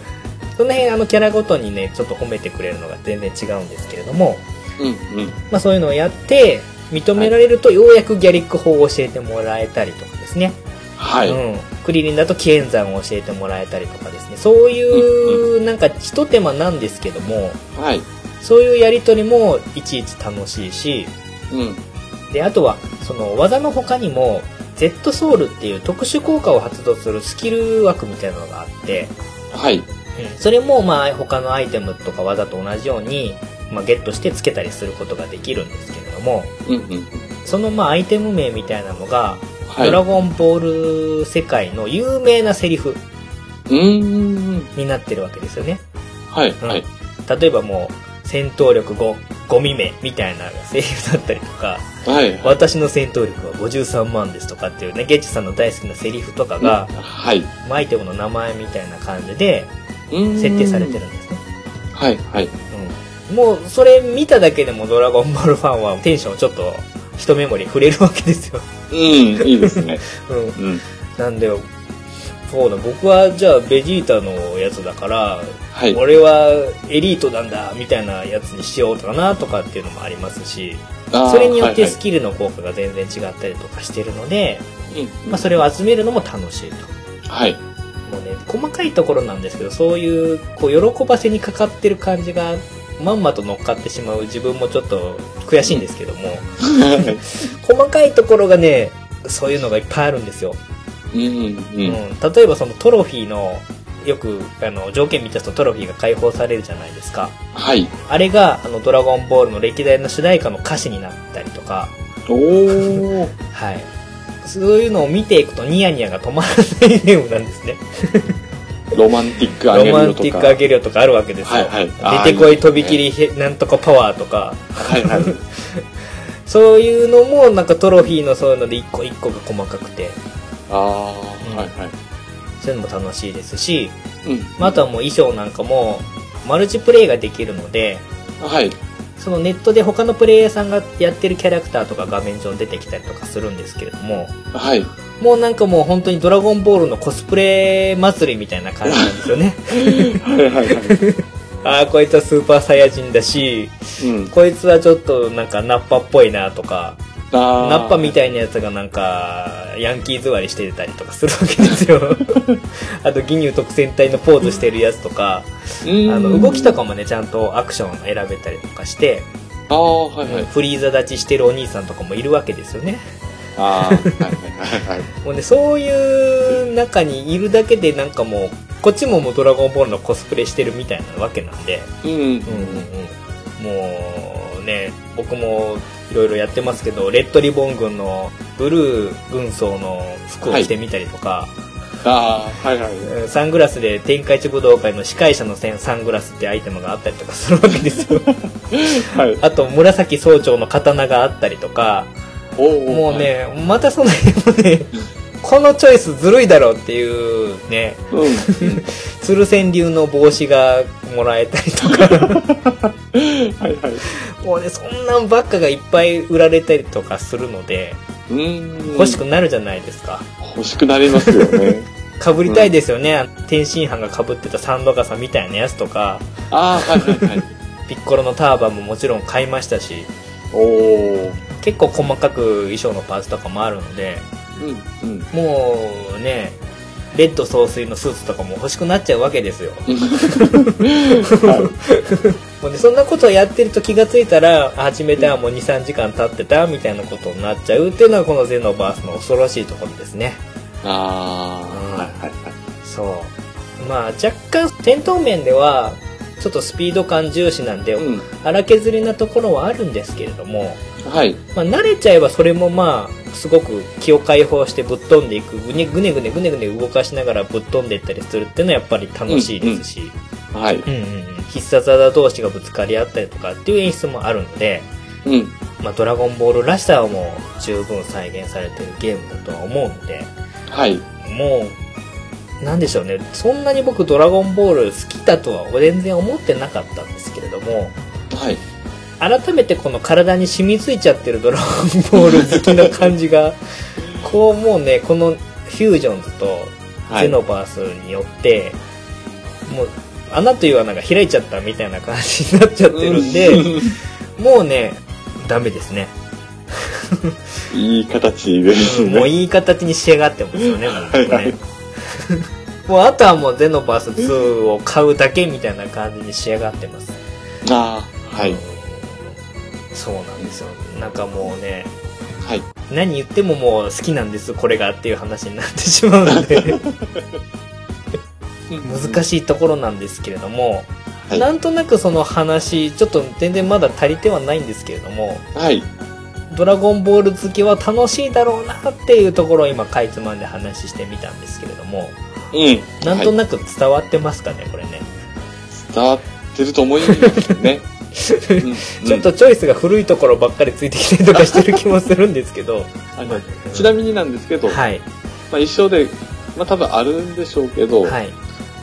Speaker 1: その辺あのキャラごとにね、ちょっと褒めてくれるのが全然違うんですけれども、
Speaker 2: い。うんうん。
Speaker 1: まあそういうのをやって、認められるとようやくギャリック法を教えてもらえたりとかですね。
Speaker 2: はい。
Speaker 1: うん、クリリンだと紀元山を教えてもらえたりとかですねそういうなんかひと手間なんですけども
Speaker 2: はい。
Speaker 1: そういうやり取りもいちいち楽しいし
Speaker 2: うん。
Speaker 1: であとはその技の他にも Z ソウルっていう特殊効果を発動するスキル枠みたいなのがあって、
Speaker 2: はい。
Speaker 1: うん、それもまあ他のアイテムとか技と同じように、まあ、ゲットしてつけたりすることができるんですけれども
Speaker 2: うんうん。
Speaker 1: そのまあアイテム名みたいなのが、
Speaker 2: はい。
Speaker 1: ドラ
Speaker 2: う
Speaker 1: ゴンボール世界の有名なセリフ
Speaker 2: ーん。
Speaker 1: になってるわけですよね。
Speaker 2: はい。
Speaker 1: うん
Speaker 2: はい。
Speaker 1: 例えばもう、戦闘力5、ゴミ名みたいな声優だったりとか、
Speaker 2: はい。
Speaker 1: 私の戦闘力は53万ですとかっていうね、ゲッチュさんの大好きなセリフとかが、
Speaker 2: はい。
Speaker 1: アイテムの名前みたいな感じで
Speaker 2: うん。
Speaker 1: 設定されて。るんですね。
Speaker 2: はい。はい。
Speaker 1: うん。もう、それ見ただけでもドラゴンボールファンはテンションちょっと、一目盛り触れるわけですよ。
Speaker 2: うん。いいですね。
Speaker 1: うん。
Speaker 2: うん。
Speaker 1: なんだよ。そうだ、僕はじゃあベジータのやつだから、
Speaker 2: はい。
Speaker 1: 俺はエリートなんだみたいなやつにしようかなとかっていうのもありますし
Speaker 2: あー
Speaker 1: それによって
Speaker 2: はい
Speaker 1: スキルの効果が全然違ったりとかしてるので、
Speaker 2: はいうん
Speaker 1: まあ、それを集めるのも楽しいと
Speaker 2: はい。
Speaker 1: もうね細かいところなんですけどそういうこう喜ばせにかかってる感じがまんまと乗っかってしまう自分もちょっと悔しいんですけども細かいところがねそういうのがいっぱいあるんですよ、
Speaker 2: うん。
Speaker 1: う
Speaker 2: うん。
Speaker 1: ん、例えばそのトロフィーのよくあの条件満たすとトロフィーが解放されるじゃないですか
Speaker 2: はい。
Speaker 1: あれが、あの、ドラゴンボールの歴代の主題歌の歌詞になったりとか、
Speaker 2: おお。
Speaker 1: はい。そういうのを見ていくとニヤニヤが止まらないゲームなんですね。
Speaker 2: ロマンティックあげ
Speaker 1: ロ
Speaker 2: る
Speaker 1: マ
Speaker 2: よ
Speaker 1: ン
Speaker 2: とか。
Speaker 1: ティックあげるよとかあるわけですよ。
Speaker 2: はいはいあー
Speaker 1: 出てこ
Speaker 2: いい
Speaker 1: い
Speaker 2: ですね
Speaker 1: 飛び切りへなんとかパワーとか、
Speaker 2: はいはい。
Speaker 1: そういうのもなんかトロフィーのそういうので一個一個が細かくて、
Speaker 2: ああ、はいはい。
Speaker 1: そういうのも楽しいですし、
Speaker 2: うん。
Speaker 1: まあ、あとはもう衣装なんかもマルチプレイができるので
Speaker 2: はい。
Speaker 1: そのネットで他のプレイヤーさんがやってるキャラクターとか画面上に出てきたりとかするんですけれども
Speaker 2: はい。
Speaker 1: もうなんかもう本当にドラゴンボールのコスプレ祭りみたいな感じなんですよ ね
Speaker 2: はいはいは
Speaker 1: ああこいつはスーパーサイヤ人だし
Speaker 2: い。うん。
Speaker 1: こいつはちょっとなんかナッパっぽいなとか
Speaker 2: あー
Speaker 1: ナッパみたいなやつがなんかヤンキー座りしてたりとかするわけです よあと義乳特戦隊のポーズしてるやつとか
Speaker 2: うん
Speaker 1: あの動きとかもねちゃんとアクションを選べたりとかして、
Speaker 2: ああ、はいはい。
Speaker 1: フリーザ立ちしてるお兄さんとかもいるわけですよね
Speaker 2: ああ、はいはいはい。
Speaker 1: もうねそういう中にいるだけでなんかもうこっちももう「ドラゴンボール」のコスプレしてるみたいなわけなんで
Speaker 2: うん。
Speaker 1: うんうんうんもうね僕もいろいろやってますけどレッドリボン軍のブルー軍曹の服を着てみたりとか、
Speaker 2: ああ、はいはい。
Speaker 1: うんサングラスで天下一武道会の司会者の線サングラスってアイテムがあったりとかするわけです よ
Speaker 2: はい。
Speaker 1: あと紫総長の刀があったりとか
Speaker 2: おー
Speaker 1: もう。ねまたその辺もねこのチョイスずるいだろうっていうね
Speaker 2: はい
Speaker 1: 鶴川流の帽子がもらえたりとか
Speaker 2: うん。はいはい。
Speaker 1: もうね、そんなんばっかがいっぱい売られたりとかするので、
Speaker 2: うん。
Speaker 1: 欲しくなるじゃないですか。
Speaker 2: 欲しくなりますよ ね。
Speaker 1: 被りたいですよね。天津飯が被ってたサンドガサみたいなやつとか、
Speaker 2: ああ、はいはいはい。
Speaker 1: ピッコロのターバンももちろん買いましたし、
Speaker 2: おお。
Speaker 1: 結構細かく衣装のパーツとかもあるので、
Speaker 2: うんうん。
Speaker 1: もうね、レッド総帥のスーツとかも欲しくなっちゃうわけですよ。
Speaker 2: は
Speaker 1: もうね、そんなことをやってると気がついたら、あ始めたもう2、3時間経ってたみたいなことになっちゃうっていうのがこのゼノバースの恐ろしいところですね。
Speaker 2: い。ああ、はいはいはい。
Speaker 1: そうまあ若干戦闘面ではちょっとスピード感重視なんで
Speaker 2: うん。
Speaker 1: 荒削りなところはあるんですけれども、
Speaker 2: はい。
Speaker 1: まあ、慣れちゃえばそれもまあすごく気を解放してぶっ飛んでいくぐねぐねぐねぐねぐね動かしながらぶっ飛んでいったりするっていうのはやっぱり楽しいですし、
Speaker 2: はい。
Speaker 1: うんうんうん必殺技同士がぶつかり合ったりとかっていう演出もあるので、
Speaker 2: うん。
Speaker 1: まあ、ドラゴンボールらしさはもう十分再現されてるゲームだとは思うので、
Speaker 2: はい。
Speaker 1: もう、なんでしょうね。そんなに僕ドラゴンボール好きだとは全然思ってなかったんですけれども、
Speaker 2: はい。
Speaker 1: 改めてこの体に染みついちゃってる ドラゴンボール好きな感じが、こうもうね、このフュージョンズと
Speaker 2: は
Speaker 1: ゼ
Speaker 2: い。
Speaker 1: ノバースによって、もう穴という穴が開いちゃったみたいな感じになっちゃってるんで、
Speaker 2: う
Speaker 1: もうね、ダメですね。
Speaker 2: んいい形です
Speaker 1: うん
Speaker 2: ね。
Speaker 1: もういい形に仕上がってますよね、もう
Speaker 2: いはい
Speaker 1: ね。もうあとはもうゼノバース2を買うだけみたいな感じに仕上がってます。
Speaker 2: ああ、はい
Speaker 1: うん。そうなんですよ。なんかもうね、
Speaker 2: はい。
Speaker 1: 何言ってももう好きなんです、これがっていう話になってしまうの で、難
Speaker 2: し
Speaker 1: しいところなんですけれども、
Speaker 2: はい
Speaker 1: なんとなくその話、ちょっと全然まだ足りてはないんですけれども、
Speaker 2: い。はい。
Speaker 1: ドラゴンボール好きは楽しいだろうなっていうところを今かいつまんで話してみたんですけれども、
Speaker 2: うん。
Speaker 1: なんと
Speaker 2: はい
Speaker 1: なく伝わってますかね、これね。
Speaker 2: 伝わってると思います ね。
Speaker 1: ち
Speaker 2: ち
Speaker 1: ょっとチョイスが古いところばっかりついてきたりとかしてる気もするんですけど。
Speaker 2: ちなみになんですけど、
Speaker 1: はい。
Speaker 2: まあ、衣装で、まあ、多分あるんでしょうけど、
Speaker 1: はい。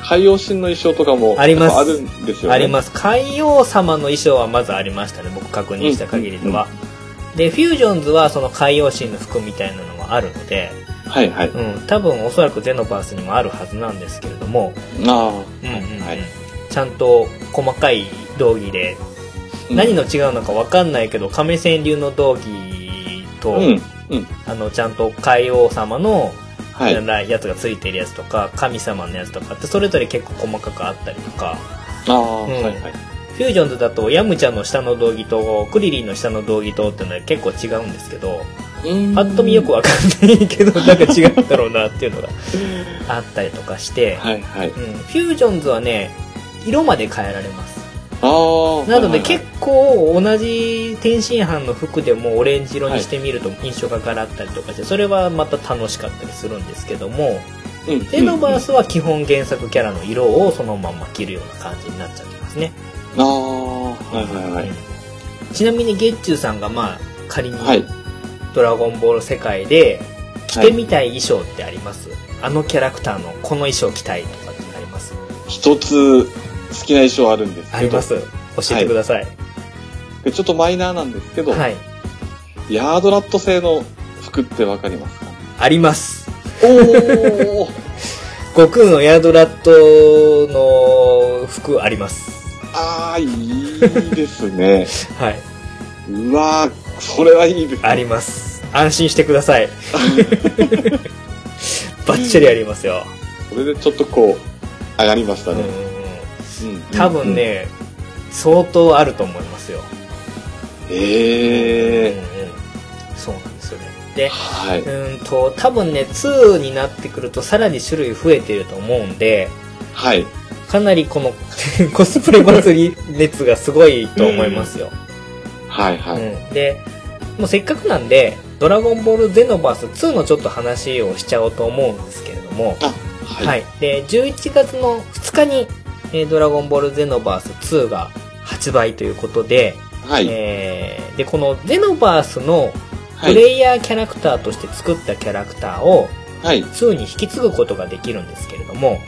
Speaker 2: 海洋神の衣装とかも
Speaker 1: あります
Speaker 2: やっぱあるんですよね。
Speaker 1: あります。海王様の衣装はまずありましたね、僕確認した限りでは。で、フュージョンズはその海洋神の服みたいなのもあるので、
Speaker 2: す。はいはい。
Speaker 1: うん、多分おそらくゼノバースにもあるはずなんですけれども、
Speaker 2: あ
Speaker 1: うんうんうん
Speaker 2: はい
Speaker 1: ちゃんと細かい道着で、
Speaker 2: あ。
Speaker 1: 何
Speaker 2: の
Speaker 1: の違うのかわかんないけど、亀仙流の道着と、
Speaker 2: うん。うん。
Speaker 1: あの、ちゃんと海王様の
Speaker 2: はい。あ
Speaker 1: やつがついてるやつとか、神様のやつとかって、それぞれ結構細かくあったりとか、
Speaker 2: あ、
Speaker 1: うん
Speaker 2: はいはい。
Speaker 1: フュージョンズだと、ヤムチャの下の道着と、クリリンの下の道着とっていうのは結構違うんですけど、パッと見よく
Speaker 2: は。
Speaker 1: わかんないけ ど、なんか違うんだろうなっていうのが あったりとかして、
Speaker 2: はいはい。
Speaker 1: うん、フュージョンズはね、色まで変えられます。
Speaker 2: ああ。
Speaker 1: なので
Speaker 2: はいはい
Speaker 1: 結構同じ天津飯の服でもオレンジ色にしてみると印象がガラッたりとかして、それはまた楽しかったりするんですけども、
Speaker 2: うん
Speaker 1: ゼノバースは基本原作キャラの色をそのまま着るような感じになっちゃってますね。
Speaker 2: ああ、はいはいはい。
Speaker 1: ちなみに月中さんがまあ仮に
Speaker 2: はい。
Speaker 1: ドラゴンボール世界で着
Speaker 2: は
Speaker 1: て
Speaker 2: い
Speaker 1: みたい衣装ってあります、あのキャラクターのこの衣装着たいとかってあります
Speaker 2: 一つ好きな衣装あるんですけど。
Speaker 1: あります。教えてください。
Speaker 2: でちょっとマイナーなんですけど、
Speaker 1: はい。
Speaker 2: ヤードラット製の服ってわかりますか
Speaker 1: あります。
Speaker 2: おお
Speaker 1: 悟空のヤードラットの服あります。
Speaker 2: ああ、いいですね。
Speaker 1: はい。
Speaker 2: うわー、それはいいです。
Speaker 1: あります。安心してください。バッチリありますよ。
Speaker 2: これでちょっとこう、上がりました
Speaker 1: うん
Speaker 2: ね。うん
Speaker 1: 多分。ね、相当あると思いますよ。
Speaker 2: ええ
Speaker 1: うんうんそうなんですよね。で、
Speaker 2: は
Speaker 1: う
Speaker 2: い。
Speaker 1: ーんと、多分ね、2になってくるとさらに種類増えてると思うんで、
Speaker 2: はい。
Speaker 1: かなりこの コスプレ祭り熱がすごいと思いますよ。
Speaker 2: はい、はい。
Speaker 1: うん、で、もうせっかくなんで、ドラゴンボールゼノバース2のちょっと話をしちゃおうと思うんですけれども、
Speaker 2: はい。
Speaker 1: はい。で、11月の2日に、えードラゴンボールゼノバース2が発売ということで、
Speaker 2: はい。
Speaker 1: えーで、このゼノバースの
Speaker 2: は
Speaker 1: プ
Speaker 2: い。
Speaker 1: レイヤーキャラクターとして作ったキャラクターを
Speaker 2: はい。
Speaker 1: 2に引き継ぐことができるんですけれども、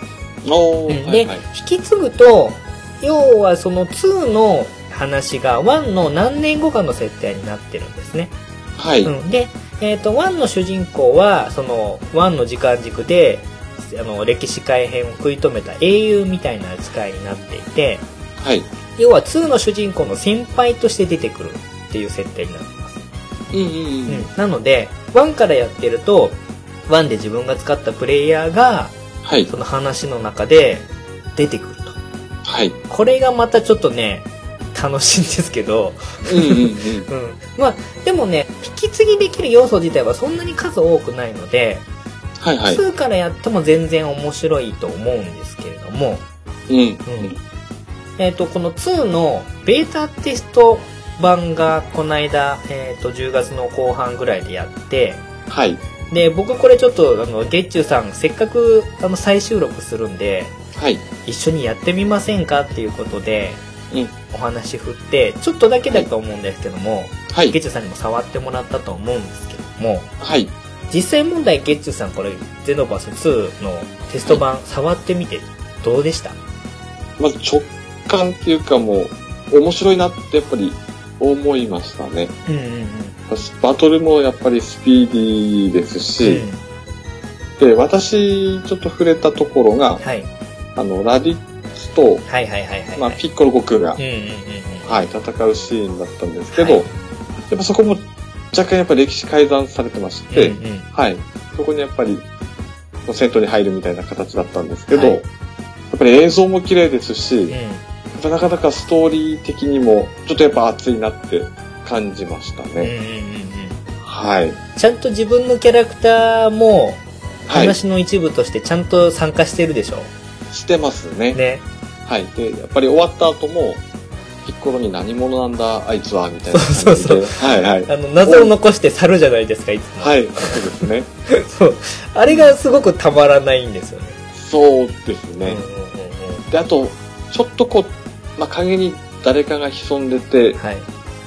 Speaker 2: お
Speaker 1: うん
Speaker 2: ー、は
Speaker 1: で、
Speaker 2: い、はい。
Speaker 1: 引き継ぐと、要はその2の話が1の何年後かの設定になってるんですね。
Speaker 2: はい。
Speaker 1: うん、で、えっ、と、1の主人公は、その、1の時間軸で、あの、歴史改変を食い止めた英雄みたいな扱いになっていて、
Speaker 2: はい。
Speaker 1: 要は2の主人公の先輩として出てくるっていう設定になってます。
Speaker 2: うんうんうん。
Speaker 1: うん。なので、1からやってると、1で自分が使ったプレイヤーが、
Speaker 2: はい。
Speaker 1: その話の中で出てくると。
Speaker 2: はい。
Speaker 1: これがまたちょっとね、楽しいんですけど、
Speaker 2: うんうんうん。
Speaker 1: うん。まあ、でもね、引き継ぎできる要素自体はそんなに数多くないので、
Speaker 2: はいはい。
Speaker 1: 2からやっても全然面白いと思うんですけれども、
Speaker 2: うん。
Speaker 1: うん。えっ、と、この2のベータテスト版がこの間、えっ、と、10月の後半ぐらいでやって、
Speaker 2: はい。
Speaker 1: で、僕これちょっと、あの、ゲッチュさん、せっかく、あの、再収録するんで、
Speaker 2: はい。
Speaker 1: 一緒にやってみませんかっていうことで、
Speaker 2: うん
Speaker 1: お話振って、ちょっとだけだと思うんですけども、
Speaker 2: は
Speaker 1: ゲ
Speaker 2: い。
Speaker 1: ッチュさんにも触ってもらったと思うんですけども、
Speaker 2: はい。
Speaker 1: 実際問題ゲッチュさんこれゼノバス2のテスト版触ってみてどうでした
Speaker 2: まず直感っていうかもう、面白いなってやっぱり思いましたね。
Speaker 1: うんうんうん
Speaker 2: バトルもやっぱりスピーディーですし、で、私ちょっと触れたところが、
Speaker 1: はい
Speaker 2: あの、ラディッツと、
Speaker 1: はいはいはいはい
Speaker 2: まあ、
Speaker 1: はい
Speaker 2: ピッコロ悟空が
Speaker 1: う、んうんうんうん
Speaker 2: はい、戦うシーンだったんですけど、
Speaker 1: はい
Speaker 2: やっぱそこも若干やっぱり歴史改ざんされてまして、
Speaker 1: うんうん
Speaker 2: はい。そこにやっぱり、戦闘に入るみたいな形だったんですけど、
Speaker 1: はい
Speaker 2: やっぱり映像も綺麗ですし、
Speaker 1: うん
Speaker 2: なかなかストーリー的にも、ちょっとやっぱ熱いなって感じました
Speaker 1: うんうん
Speaker 2: ね。
Speaker 1: うんうん
Speaker 2: はい。
Speaker 1: ちゃんと自分のキャラクターも
Speaker 2: はい。
Speaker 1: 話の一部としてちゃんと参加してるでしょ、
Speaker 2: してますね。
Speaker 1: ね
Speaker 2: はい。で、やっぱり終わった後も、ピッコロに何者なんだ、あいつは、みたいな感じで。
Speaker 1: そうそう
Speaker 2: はいはい。
Speaker 1: あの謎を残して去るじゃないですかいつも、
Speaker 2: はい。そうですね。
Speaker 1: そうあれがすごくたまらないんですよね
Speaker 2: そうです
Speaker 1: うんう
Speaker 2: ね。
Speaker 1: んうんうん
Speaker 2: で、あと、ちょっとこう、まあ、陰に誰かが潜んでて、
Speaker 1: はい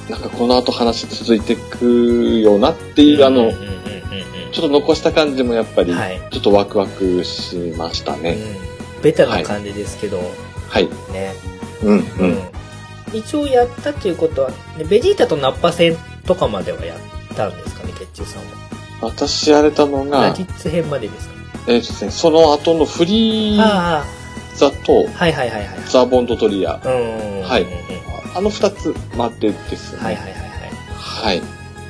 Speaker 2: なんかこの後話続いてくよなっていう、あ
Speaker 1: うん
Speaker 2: の
Speaker 1: うんう、んうんうん
Speaker 2: ちょっと残した感じもやっぱり、
Speaker 1: はい
Speaker 2: ちょっとワクワクしましたね。
Speaker 1: うん、ベタな感じですけど、
Speaker 2: はい。
Speaker 1: ね、
Speaker 2: うん、
Speaker 1: う
Speaker 2: うん。
Speaker 1: 一応やったということはでベジータとナッパ戦とかまではやったんですかね血中さんは
Speaker 2: 私やれたの
Speaker 1: ラ
Speaker 2: が
Speaker 1: ジ、ッツ編までですか、
Speaker 2: えっ、とですね、その後のフリー
Speaker 1: あ
Speaker 2: ザと
Speaker 1: あはいはいはいはい
Speaker 2: ザ・ボンドトリア。
Speaker 1: うん
Speaker 2: はい
Speaker 1: うんうんうん
Speaker 2: あの二つまでですね。
Speaker 1: はいはいはいは
Speaker 2: はい。
Speaker 1: い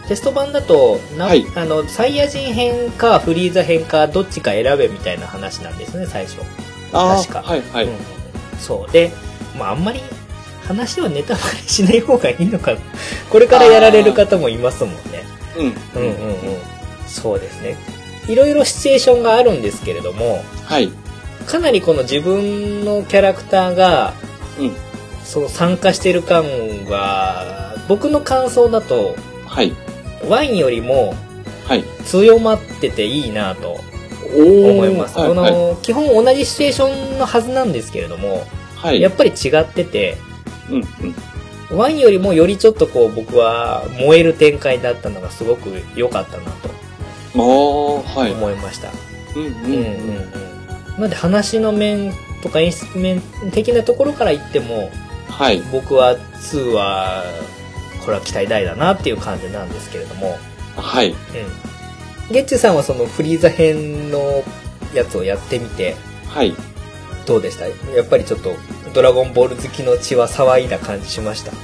Speaker 1: テスト版だとな、
Speaker 2: はい
Speaker 1: あのサイヤ人編かフリーザ編かどっちか選べみたいな話なんですね最初、
Speaker 2: あー
Speaker 1: 確か
Speaker 2: はいはい。
Speaker 1: うんそうで、まあ、あんまり話はネタバレしない方がいいのかな これからやられる方もいますもんね
Speaker 2: う。
Speaker 1: うんんうんうん、そうですねいろいろシチュエーションがあるんですけれども
Speaker 2: はい。
Speaker 1: かなりこの自分のキャラクターが、
Speaker 2: うん
Speaker 1: その参加してる感が僕の感想だと
Speaker 2: はい。
Speaker 1: ワインよりも
Speaker 2: はい。
Speaker 1: 強まってていいなと
Speaker 2: おー
Speaker 1: 思います、
Speaker 2: はい
Speaker 1: こ
Speaker 2: はい。
Speaker 1: の基本同じシチュエーションのはずなんですけれども
Speaker 2: はい。
Speaker 1: やっぱり違ってて
Speaker 2: うん、うん。
Speaker 1: ワインよりもよりちょっとこう僕は燃える展開だったのがすごく良かったなと
Speaker 2: ああ、はい。
Speaker 1: 思いました、
Speaker 2: うん、
Speaker 1: う
Speaker 2: うんん
Speaker 1: う、んうん。なんで話の面とか演出面的なところから言っても、
Speaker 2: はい。
Speaker 1: 僕は2は、これは期待大だなっていう感じなんですけれども、
Speaker 2: はい。
Speaker 1: うん。ゲッチュさんはそのフリーザ編のやつをやってみて、
Speaker 2: はい。
Speaker 1: どうでしたやっぱりちょっと、ドラゴンボール好きの血は騒いだ感じしました。
Speaker 2: やっ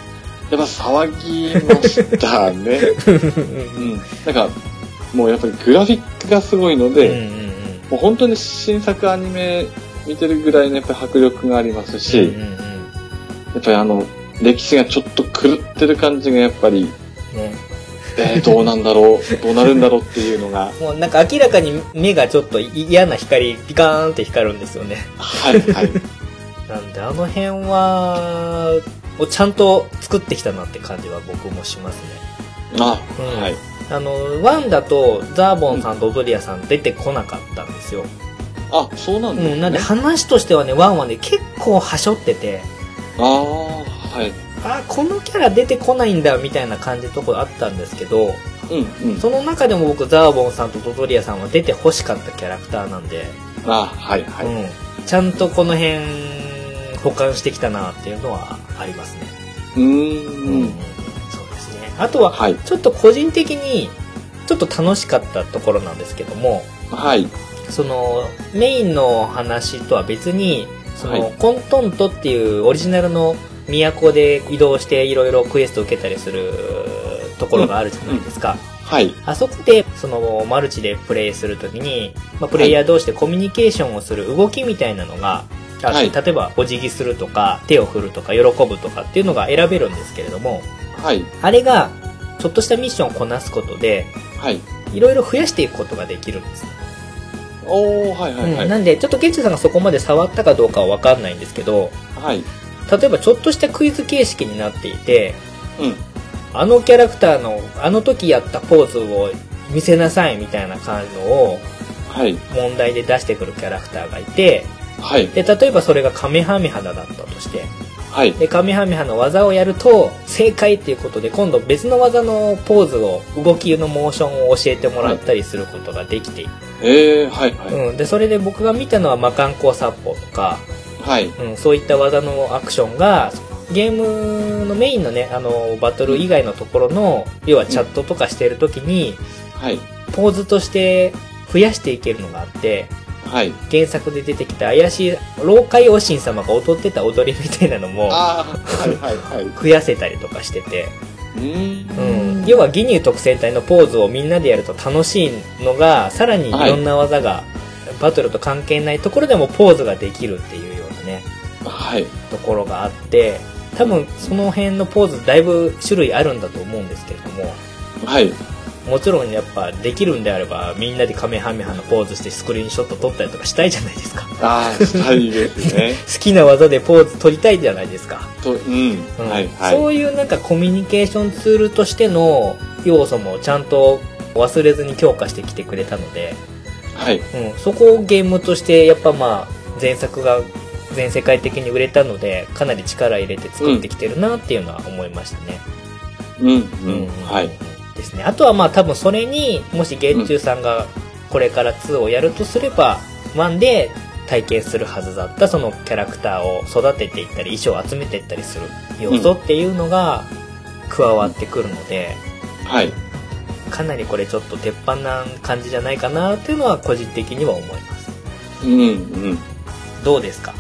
Speaker 2: ぱ騒ぎました ね。うん。なんか、もうやっぱりグラフィックがすごいの
Speaker 1: うん
Speaker 2: で、
Speaker 1: うんうん。
Speaker 2: もう本当に新作アニメ見てるぐらいのやっぱり迫力がありますし、
Speaker 1: うんうん
Speaker 2: やっぱりあの、歴史がちょっと狂ってる感じがやっぱり、
Speaker 1: うんね、
Speaker 2: えー、どうなんだろう、どうなるんだろうっていうのが、
Speaker 1: もうなんか明らかに目がちょっと嫌な光ピカーンって光るんですよね
Speaker 2: はい、はい。
Speaker 1: なんであの辺はもうちゃんと作ってきたなって感じは僕もしますね
Speaker 2: あ、
Speaker 1: うん
Speaker 2: はい。
Speaker 1: あのワンだとザーボンさんとオドリアさん出てこなかったんですよ、
Speaker 2: あ、そうなん
Speaker 1: う
Speaker 2: ですね。
Speaker 1: ん、なんで話としてはねワンはね結構はしょってて
Speaker 2: ああ、はい。
Speaker 1: あこのキャラ出てこないんだみたいな感じのところあったんですけど
Speaker 2: うん、うん。
Speaker 1: その中でも僕ザーボンさんとドドリアさんは出てほしかったキャラクターなんで
Speaker 2: あはい、はい。
Speaker 1: うん、ちゃんとこの辺保管してきたなっていうのはありますね、
Speaker 2: うーん。
Speaker 1: そうですねあとは
Speaker 2: はい、
Speaker 1: ちょっと個人的にちょっと楽しかったところなんですけども
Speaker 2: はい。
Speaker 1: そのメインの話とは別にその、
Speaker 2: はい
Speaker 1: コントントっていうオリジナルの都で移動していろいろクエストを受けたりするところがあるじゃないですか、
Speaker 2: はい。
Speaker 1: あそこで、その、マルチでプレイするときに、まあ、プレイヤー同士でコミュニケーションをする動きみたいなのが、あ
Speaker 2: はい
Speaker 1: 例えば、お辞儀するとか、手を振るとか、喜ぶとかっていうのが選べるんですけれども、
Speaker 2: はい。
Speaker 1: あれが、ちょっとしたミッションをこなすことで、
Speaker 2: はい。
Speaker 1: いろいろ増やしていくことができるんです。
Speaker 2: おー、はい、はい、は
Speaker 1: うん
Speaker 2: い。
Speaker 1: なんで、ちょっとゲッチュさんがそこまで触ったかどうかはわかんないんですけど、
Speaker 2: はい。
Speaker 1: 例えばちょっとしたクイズ形式になっていて、
Speaker 2: うん。
Speaker 1: あのキャラクターの、あの時やったポーズを見せなさいみたいな感じのを、
Speaker 2: はい。
Speaker 1: 問題で出してくるキャラクターがいて
Speaker 2: はい。
Speaker 1: で例えばそれがカメハメハだったとして
Speaker 2: はい。
Speaker 1: でカメハメハの技をやると正解っていうことで今度別の技のポーズを動きのモーションを教えてもらったりすることができている、
Speaker 2: えー、はい、はい。
Speaker 1: うん、でそれで僕が見たのは魔漢光殺法とか、
Speaker 2: はい。
Speaker 1: うん、そういった技のアクションがゲームのメインのねあのバトル以外のところの要はチャットとかしてる時に
Speaker 2: はい。
Speaker 1: ポーズとして増やしていけるのがあって
Speaker 2: はい。
Speaker 1: 原作で出てきた怪しい老海王神様が踊ってた踊りみたいなのも
Speaker 2: あー、はい、はい、はい。う
Speaker 1: 増やせたりとかしてて、う
Speaker 2: ー
Speaker 1: ん
Speaker 2: ん。、
Speaker 1: 要はギニュー特戦隊のポーズをみんなでやると楽しいのがさらにいろんな技が、バトルと関係ないところでもポーズができるっていうようなね
Speaker 2: はい。
Speaker 1: ところがあって多分その辺のポーズだいぶ種類あるんだと思うんですけれども
Speaker 2: はい。
Speaker 1: もちろんやっぱできるんであればみんなでカメハメハのポーズしてスクリーンショット撮ったりとかしたいじゃないですか
Speaker 2: あー、したいで すね。
Speaker 1: 好きな技でポーズ取りたいじゃないですか、
Speaker 2: と、うん。
Speaker 1: うん
Speaker 2: はい、はい。
Speaker 1: そういうなんかコミュニケーションツールとしての要素もちゃんと忘れずに強化してきてくれたので、
Speaker 2: はい。
Speaker 1: うん、そこをゲームとしてやっぱまあ前作が全世界的に売れたのでかなり力入れて作ってきてるなっていうのは思いましたね、
Speaker 2: うん、
Speaker 1: う
Speaker 2: うん。はい。
Speaker 1: ですねあとはまあ多分それにもしゲンチュウさんがこれから2をやるとすれば1で体験するはずだったそのキャラクターを育てていったり衣装を集めていったりする要素っていうのが加わってくるので
Speaker 2: はい。
Speaker 1: かなりこれちょっと鉄板な感じじゃないかなっていうのは個人的には思います
Speaker 2: うん、うん。
Speaker 1: どうですか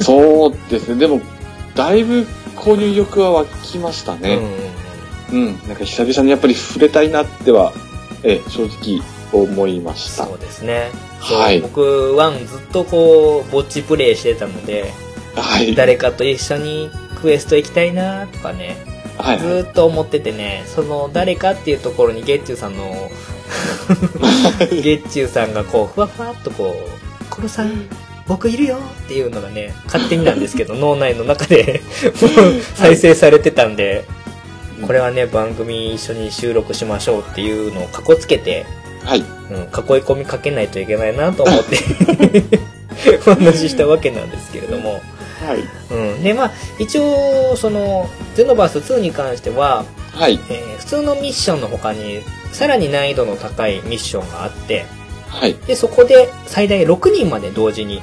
Speaker 2: そうですね。でも、だいぶ購入欲は湧きました
Speaker 1: うん
Speaker 2: ね。
Speaker 1: うんうん
Speaker 2: うん、なんか久々にやっぱり触れたいなっては、ええ、正直思いました。
Speaker 1: そうですねそう
Speaker 2: はい
Speaker 1: 僕1ずっとこうぼっちプレイしてたので
Speaker 2: はい。はい。
Speaker 1: 誰かと一緒にクエスト行きたいなとかねず
Speaker 2: はい。
Speaker 1: ーっと思っててねその誰かっていうところにゲッチュさん のゲッチュさんがこうふわふわっとこう「コロさん僕いるよ」っていうのがね勝手になん ですけど脳内の中で再生されてたんでこれはね番組一緒に収録しましょうっていうのをかこつけて、
Speaker 2: はい。
Speaker 1: うん、囲い込みかけないといけないなと思って お話ししたわけなんですけれども。
Speaker 2: はい。
Speaker 1: うん、でまあ一応その「ゼノバース2」に関しては、
Speaker 2: はい。
Speaker 1: えー普通のミッションの他にさらに難易度の高いミッションがあって
Speaker 2: はい。
Speaker 1: でそこで最大6人まで同時に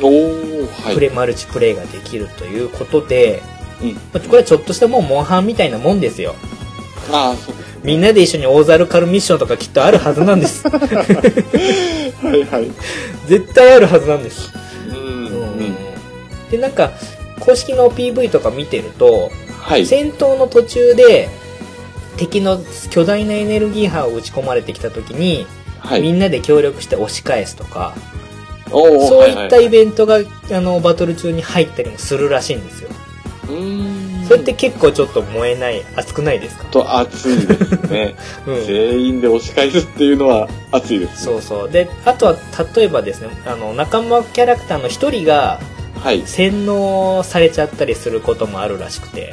Speaker 2: おー、はい。
Speaker 1: プレイマルチプレイができるということで、
Speaker 2: うん
Speaker 1: まあこれはちょっとしたもうモンハンみたいなもんですよ。
Speaker 2: ああ、そうですね。
Speaker 1: みんなで一緒に大ザルカルミッションとかきっとあるはずなん です。
Speaker 2: はいはい。う
Speaker 1: 絶対あるはずなんです。
Speaker 2: ん。うん。
Speaker 1: で、なんか、公式の PV とか見てると、
Speaker 2: はい。
Speaker 1: 戦闘の途中で、敵の巨大なエネルギー波を打ち込まれてきた時に、
Speaker 2: は
Speaker 1: み
Speaker 2: い。
Speaker 1: んなで協力して押し返すとか、
Speaker 2: おー
Speaker 1: そういった
Speaker 2: は
Speaker 1: イベントが、あの、バトル中に入ったりもするらしいんですよ。
Speaker 2: うーん。
Speaker 1: それって結構ちょっと燃えない、熱くないですか
Speaker 2: ちょっと熱いですね。
Speaker 1: うん。
Speaker 2: 全員で押し返すっていうのは熱いですね。
Speaker 1: そうそう。で、あとは、例えばですね、あの、仲間キャラクターの一人が
Speaker 2: はい。
Speaker 1: 洗脳されちゃったりすることもあるらしくて、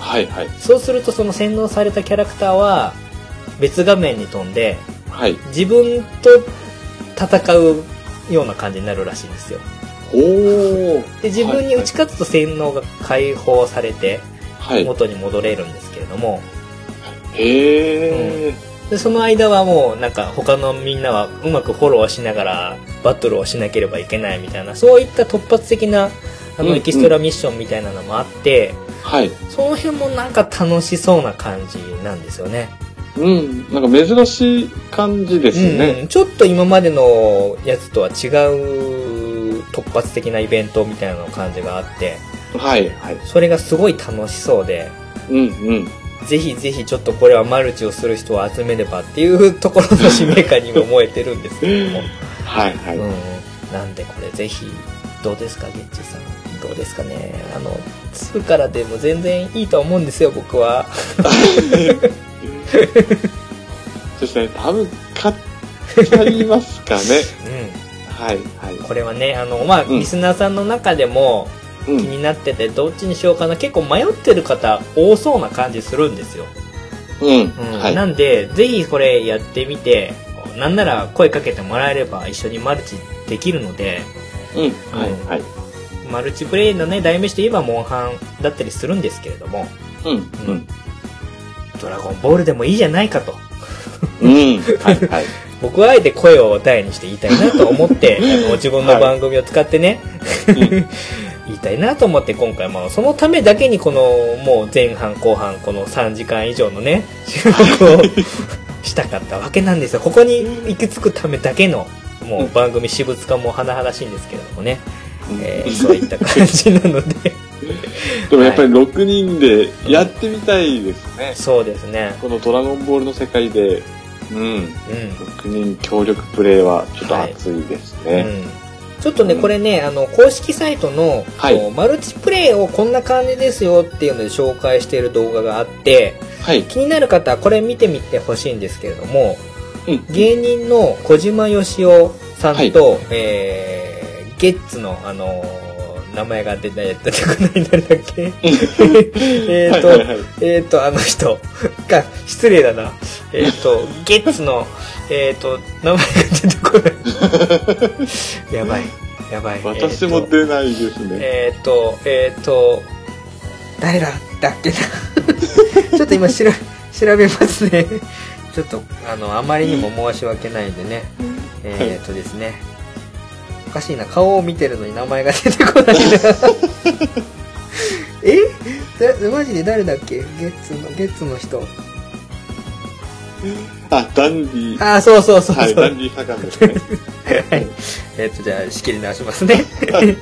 Speaker 2: はいはい。
Speaker 1: そうするとその洗脳されたキャラクターは、別画面に飛んで、
Speaker 2: はい。
Speaker 1: 自分と戦うような感じになるらしいんですよ。
Speaker 2: おー。
Speaker 1: で、自分に打ち勝つと洗脳が解放されて、
Speaker 2: はい。
Speaker 1: 元に戻れるんですけれども、
Speaker 2: へー。
Speaker 1: でその間はもうなんか他のみんなはうまくフォローしながらバトルをしなければいけないみたいなそういった突発的なあ
Speaker 2: うんう
Speaker 1: の
Speaker 2: ん
Speaker 1: エキストラミッションみたいなのもあって、
Speaker 2: はい。
Speaker 1: その辺もなんか楽しそうな感じなんですよね
Speaker 2: うん。なんか珍しい感じです
Speaker 1: うん
Speaker 2: ね。
Speaker 1: うん、ちょっと今までのやつとは違う突発的なイベントみたいなの感じがあって
Speaker 2: はいはい。
Speaker 1: それがすごい楽しそうで
Speaker 2: うんうん。
Speaker 1: ぜひぜひちょっとこれはマルチをする人を集めればっていうところの使命感にも燃えてるんですけ れども
Speaker 2: はいはい。
Speaker 1: うん、なんでこれぜひどうですかゲッチュさんどうですかねあの2からでも全然いいと思うんですよ僕は
Speaker 2: そして、ね、多分買っちゃいますかね。
Speaker 1: う
Speaker 2: はいはい
Speaker 1: ん。これはねあのまあ、
Speaker 2: うん
Speaker 1: リスナーさんの中でも
Speaker 2: う
Speaker 1: 気
Speaker 2: ん。
Speaker 1: になっててどっちにしようかな結構迷ってる方多そうな感じするんですよ、
Speaker 2: うん。
Speaker 1: うん
Speaker 2: はい。
Speaker 1: なんでぜひこれやってみてなんなら声かけてもらえれば一緒にマルチできるので
Speaker 2: うん。はいはい。
Speaker 1: マルチプレイのね代名詞といえばモンハンだったりするんですけれども
Speaker 2: うんうん。
Speaker 1: ドラゴンボールでもいいじゃないかと
Speaker 2: うん。はいはい。
Speaker 1: 僕はあえて声を題にして言いたいなと思って、あの自分の番組を使ってね、 言いたいなと思って今回、まあ、そのためだけにこの、もう前半後半、この3時間以上のね、収録をしたかったわけなんですよ。ここに行き着くためだけの、もう番組私物化も甚だしいんですけれどもね、 えーそういった感じなので、
Speaker 2: でもやっぱり6人でやってみたいですね。
Speaker 1: そうですね。
Speaker 2: このドラゴンボールの世界で、うん、
Speaker 1: うん。
Speaker 2: 6人協力プレイはちょっと熱いです
Speaker 1: う
Speaker 2: ね。
Speaker 1: んちょっとね、
Speaker 2: うん
Speaker 1: これね、あの、公式サイトの、
Speaker 2: はい
Speaker 1: こうマルチプレイをこんな感じですよっていうので紹介している動画があって、
Speaker 2: はい。
Speaker 1: 気になる方はこれ見てみてほしいんですけれども、
Speaker 2: うん。
Speaker 1: 芸人の小島よしおさんと、えー、ゲッツの、あのー名前が出ない、出てこない、誰だっ けえっと、
Speaker 2: はいはいはい
Speaker 1: えっ、ー、と、あの人が、失礼だな。えっ、ー、と、ゲッツの、えっ、ー、と、名前が出てこ ない。やばい、やばい。
Speaker 2: 私も出ないですね。
Speaker 1: えっ、ー、と、えっ、ーと、えーと、誰だだっけ な。ちょっと今しら、調べますね。ちょっと、あの、あまりにも申し訳ないんでね。えっ、ー、とですね。おかしいな、顔を見てるのに名前が出てこないな。 えだマジで誰だっけゲッツの、ゲッツの人。
Speaker 2: あ、ダンディ。
Speaker 1: ああ、そうそうそう
Speaker 2: はい、
Speaker 1: そう。
Speaker 2: ダ
Speaker 1: は
Speaker 2: ンディ坂野ですね。
Speaker 1: い。えっ、と、じゃあ、仕切り直しますね。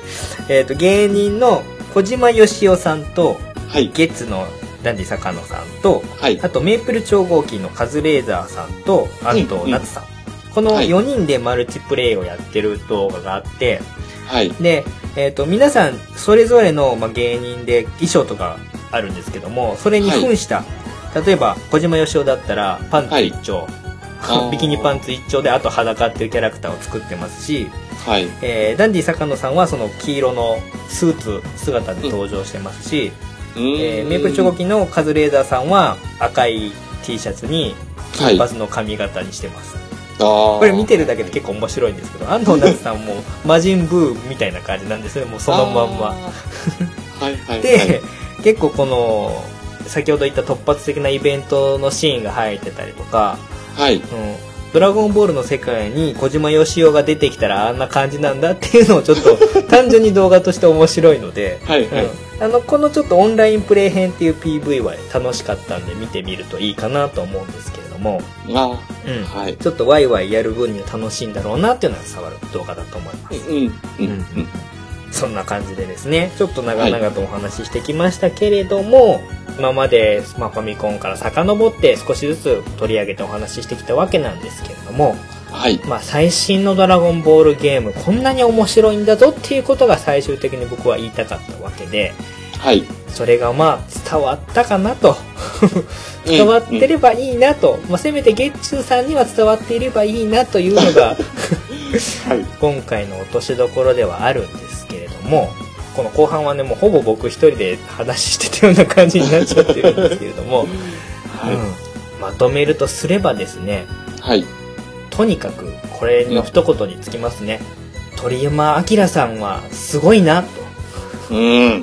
Speaker 1: えっと、芸人の小島よしおさんと、
Speaker 2: はい。
Speaker 1: ゲッツのダンディ坂野さんと、
Speaker 2: はい
Speaker 1: あ。と、メープル超合金のカズレーザーさんと、あと、
Speaker 2: うんうん
Speaker 1: ナツさん。この
Speaker 2: はい
Speaker 1: 4人でマルチプレイをやってる動画があって、
Speaker 2: はい。
Speaker 1: で、えっ、と、皆さん、それぞれの、まあ、芸人で衣装とかあるんですけども、それに扮した、例えば、小島よしおだったら、パンツ一丁、
Speaker 2: は い
Speaker 1: ビキニパンツ一丁で、あと裸っていうキャラクターを作ってますし、
Speaker 2: はい。
Speaker 1: えーダンディ坂野さんはその黄色のスーツ姿で登場してますし、えーメイプルチョコ
Speaker 2: キ
Speaker 1: キのカズレーザーさんは赤い T シャツに
Speaker 2: はい。
Speaker 1: バズの髪型にしてます。
Speaker 2: こ
Speaker 1: これ見てるだけで結構面白いんですけど、安藤夏さん も魔人ブーみたいな感じなんですね、もうそのまんま。
Speaker 2: あー。はいはいはい。
Speaker 1: で、結構この、先ほど言った突発的なイベントのシーンが入ってたりとか、
Speaker 2: はい。
Speaker 1: うん、ドラゴンボールの世界に小島よしおが出てきたらあんな感じなんだっていうのをちょっ と単純に動画として面白いので、
Speaker 2: はいはい。
Speaker 1: うん、あのこのちょっとオンラインプレイ編っていう PV は楽しかったんで見てみるといいかなと思うんですけれども、
Speaker 2: あ
Speaker 1: うん
Speaker 2: あ、はい。
Speaker 1: ちょっとワイワイやる分には楽しいんだろうなっていうのが触る動画だと思います。
Speaker 2: うん。うん。うん。
Speaker 1: そんな感じでですね、ちょっと長々とお話ししてきましたけれども、今まで、まあ、ファミコンから遡って少しずつ取り上げてお話ししてきたわけなんですけれども、
Speaker 2: はい。
Speaker 1: まあ、最新のドラゴンボールゲーム、こんなに面白いんだぞっていうことが最終的に僕は言いたかったわけで、
Speaker 2: はい。
Speaker 1: それがまあ、伝わったかなと。伝わってればいいなと。まあ、せめて月中さんには伝わっていればいいなというのが、
Speaker 2: うんはい。
Speaker 1: 今回の落としどころではあるんですけれどもこの後半はねもうほぼ僕一人で話してたような感じになっちゃってるんですけれども、
Speaker 2: は
Speaker 1: うんまとめるとすればですね
Speaker 2: い。はい。
Speaker 1: とにかくこれの一言につきますね、鳥山明さんはすごいなと、
Speaker 2: うん。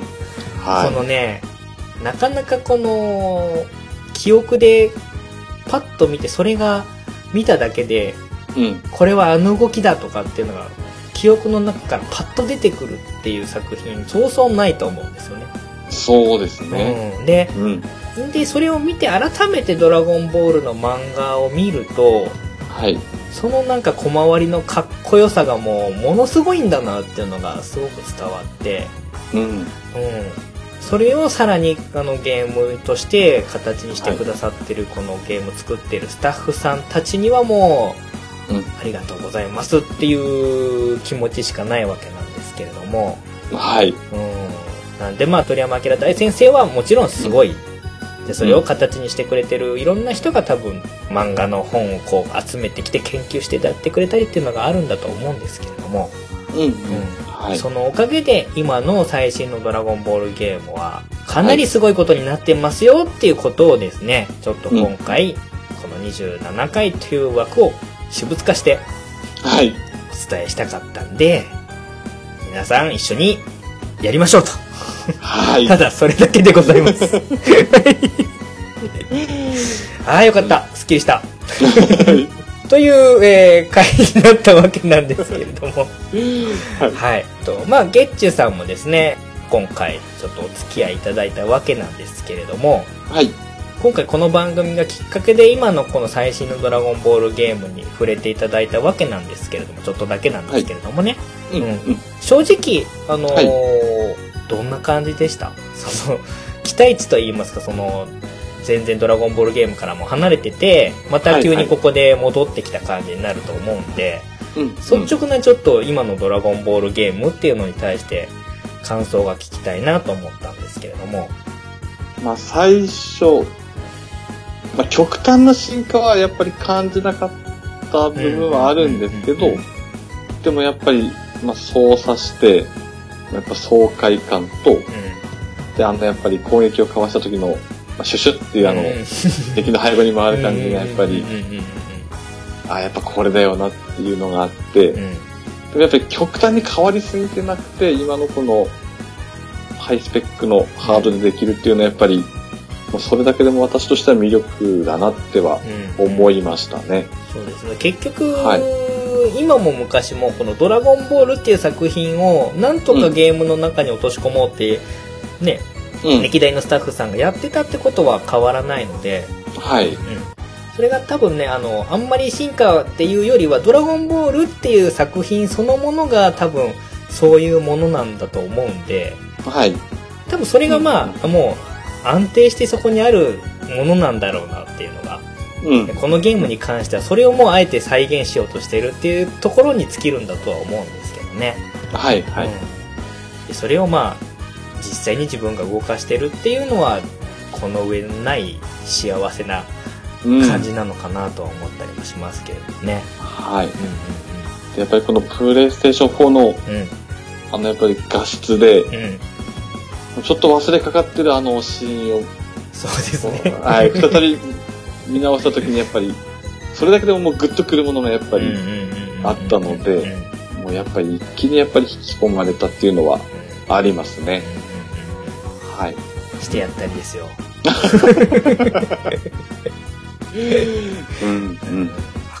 Speaker 1: そ
Speaker 2: は
Speaker 1: のねなかなかこの記憶でパッと見てそれが見ただけで
Speaker 2: い。うん。
Speaker 1: これはあの動きだとかっていうのが記憶の中からパッと出てくるっていう作品そうそうないと思うんですよね。
Speaker 2: そうですね。
Speaker 1: うん、で
Speaker 2: うん。
Speaker 1: でそれを見て改めて「ドラゴンボール」の漫画を見ると
Speaker 2: はい。
Speaker 1: そのなんか小回りのかっこよさがもうものすごいんだなっていうのがすごく伝わって、
Speaker 2: うん。
Speaker 1: うん、それをさらにあのゲームとして形にしてくださってるこのゲーム作ってるスタッフさんたちにはもう
Speaker 2: う
Speaker 1: あ
Speaker 2: ん。
Speaker 1: りがとうございますっていう気持ちしかないわけなんですけれども、
Speaker 2: はい。
Speaker 1: うん。なんでまあ鳥山明大先生はもちろんすごい。で、それを形にしてくれてるいろんな人が多分漫画の本をこう集めてきて研究してやってくれたりっていうのがあるんだと思うんですけれども、
Speaker 2: うん。はい。
Speaker 1: そのおかげで今の最新のドラゴンボールゲームはかなりすごいことになってますよっていうことをですね、ちょっと今回、この27回という枠を私物化して
Speaker 2: はい。
Speaker 1: お伝えしたかったんで、皆さん一緒にやりましょうと。
Speaker 2: はい
Speaker 1: た。だそれだけでござい ます。ああ、よかった。すっきりした。という、えー回になったわけなんですけれども。はい。と、まあ、ゲッチュさんもですね、今回ちょっとお付き合いいただいたわけなんですけれども、
Speaker 2: はい。
Speaker 1: 今回この番組がきっかけで今のこの最新のドラゴンボールゲームに触れていただいたわけなんですけれども、ちょっとだけなんですけれどもね。
Speaker 2: うん。うん。
Speaker 1: 正直、あのー
Speaker 2: はい
Speaker 1: どんな感じでしたその、期待値と言いますか、その、全然ドラゴンボールゲームからも離れてて、また急
Speaker 2: はいは
Speaker 1: に
Speaker 2: い
Speaker 1: ここで戻ってきた感じになると思うんで、
Speaker 2: うん。
Speaker 1: 率直なちょっと今のドラゴンボールゲームっていうのに対して感想が聞きたいなと思ったんですけれども、
Speaker 2: まあ最初、まあ、極端な進化はやっぱり感じなかった部分はあるんですけ
Speaker 1: うん
Speaker 2: ど
Speaker 1: うんうん、
Speaker 2: でもやっぱり、まあ、操作して、やっぱ爽快感と、
Speaker 1: う
Speaker 2: で、あのやっぱり攻撃をかわした時の、まあ、シュシュってい
Speaker 1: ん。
Speaker 2: うあの、敵の背後に回る感じがやっぱり
Speaker 1: うん、うんうん
Speaker 2: あ、やっぱこれだよなっていうのがあって、
Speaker 1: うんうん。
Speaker 2: でもやっぱり極端に変わりすぎてなくて、今のこの、ハイスペックのハードでできるっていうのはやっぱり、もうそれだけでも私としては魅力だなっては
Speaker 1: うんうん
Speaker 2: 思いましたね。
Speaker 1: そうですね結局、
Speaker 2: は
Speaker 1: 今も昔もこの「ドラゴンボール」っていう作品をなんとか
Speaker 2: うん
Speaker 1: ゲームの中に落とし込もうって、ね
Speaker 2: うん。
Speaker 1: 歴代のスタッフさんがやってたってことは変わらないので、
Speaker 2: はい。
Speaker 1: それが多分ねあのあんまり進化っていうよりは「ドラゴンボール」っていう作品そのものが多分そういうものなんだと思うんで
Speaker 2: はい。
Speaker 1: 多分それがまあ、もう安定してそこにあるものなんだろうなっていうのが
Speaker 2: うん。
Speaker 1: このゲームに関してはそれをもうあえて再現しようとしてるっていうところに尽きるんだとは思うんですけどね、
Speaker 2: はい。はい。
Speaker 1: うんでそれをまあ実際に自分が動かしてるっていうのはこの上ない幸せな
Speaker 2: うん。
Speaker 1: 感じなのかなとは思ったりもしますけれどね、
Speaker 2: はい。
Speaker 1: う
Speaker 2: でやっぱりこのプレイステーション4の、
Speaker 1: んうんうん
Speaker 2: あのやっぱり画質で、
Speaker 1: うんうん
Speaker 2: ちょっと忘れかかってるあのシーンを
Speaker 1: そうです
Speaker 2: こ
Speaker 1: ね
Speaker 2: う、はい。再び見直した時にやっぱり、それだけでももうグッとくるものがやっぱり、
Speaker 1: うんうんうんうんうん
Speaker 2: あったので
Speaker 1: うんうんうん
Speaker 2: もうやっぱり一気にやっぱり引き込まれたっていうのはありますね。はい。
Speaker 1: してやったりですよ
Speaker 2: うん、うん。
Speaker 1: わ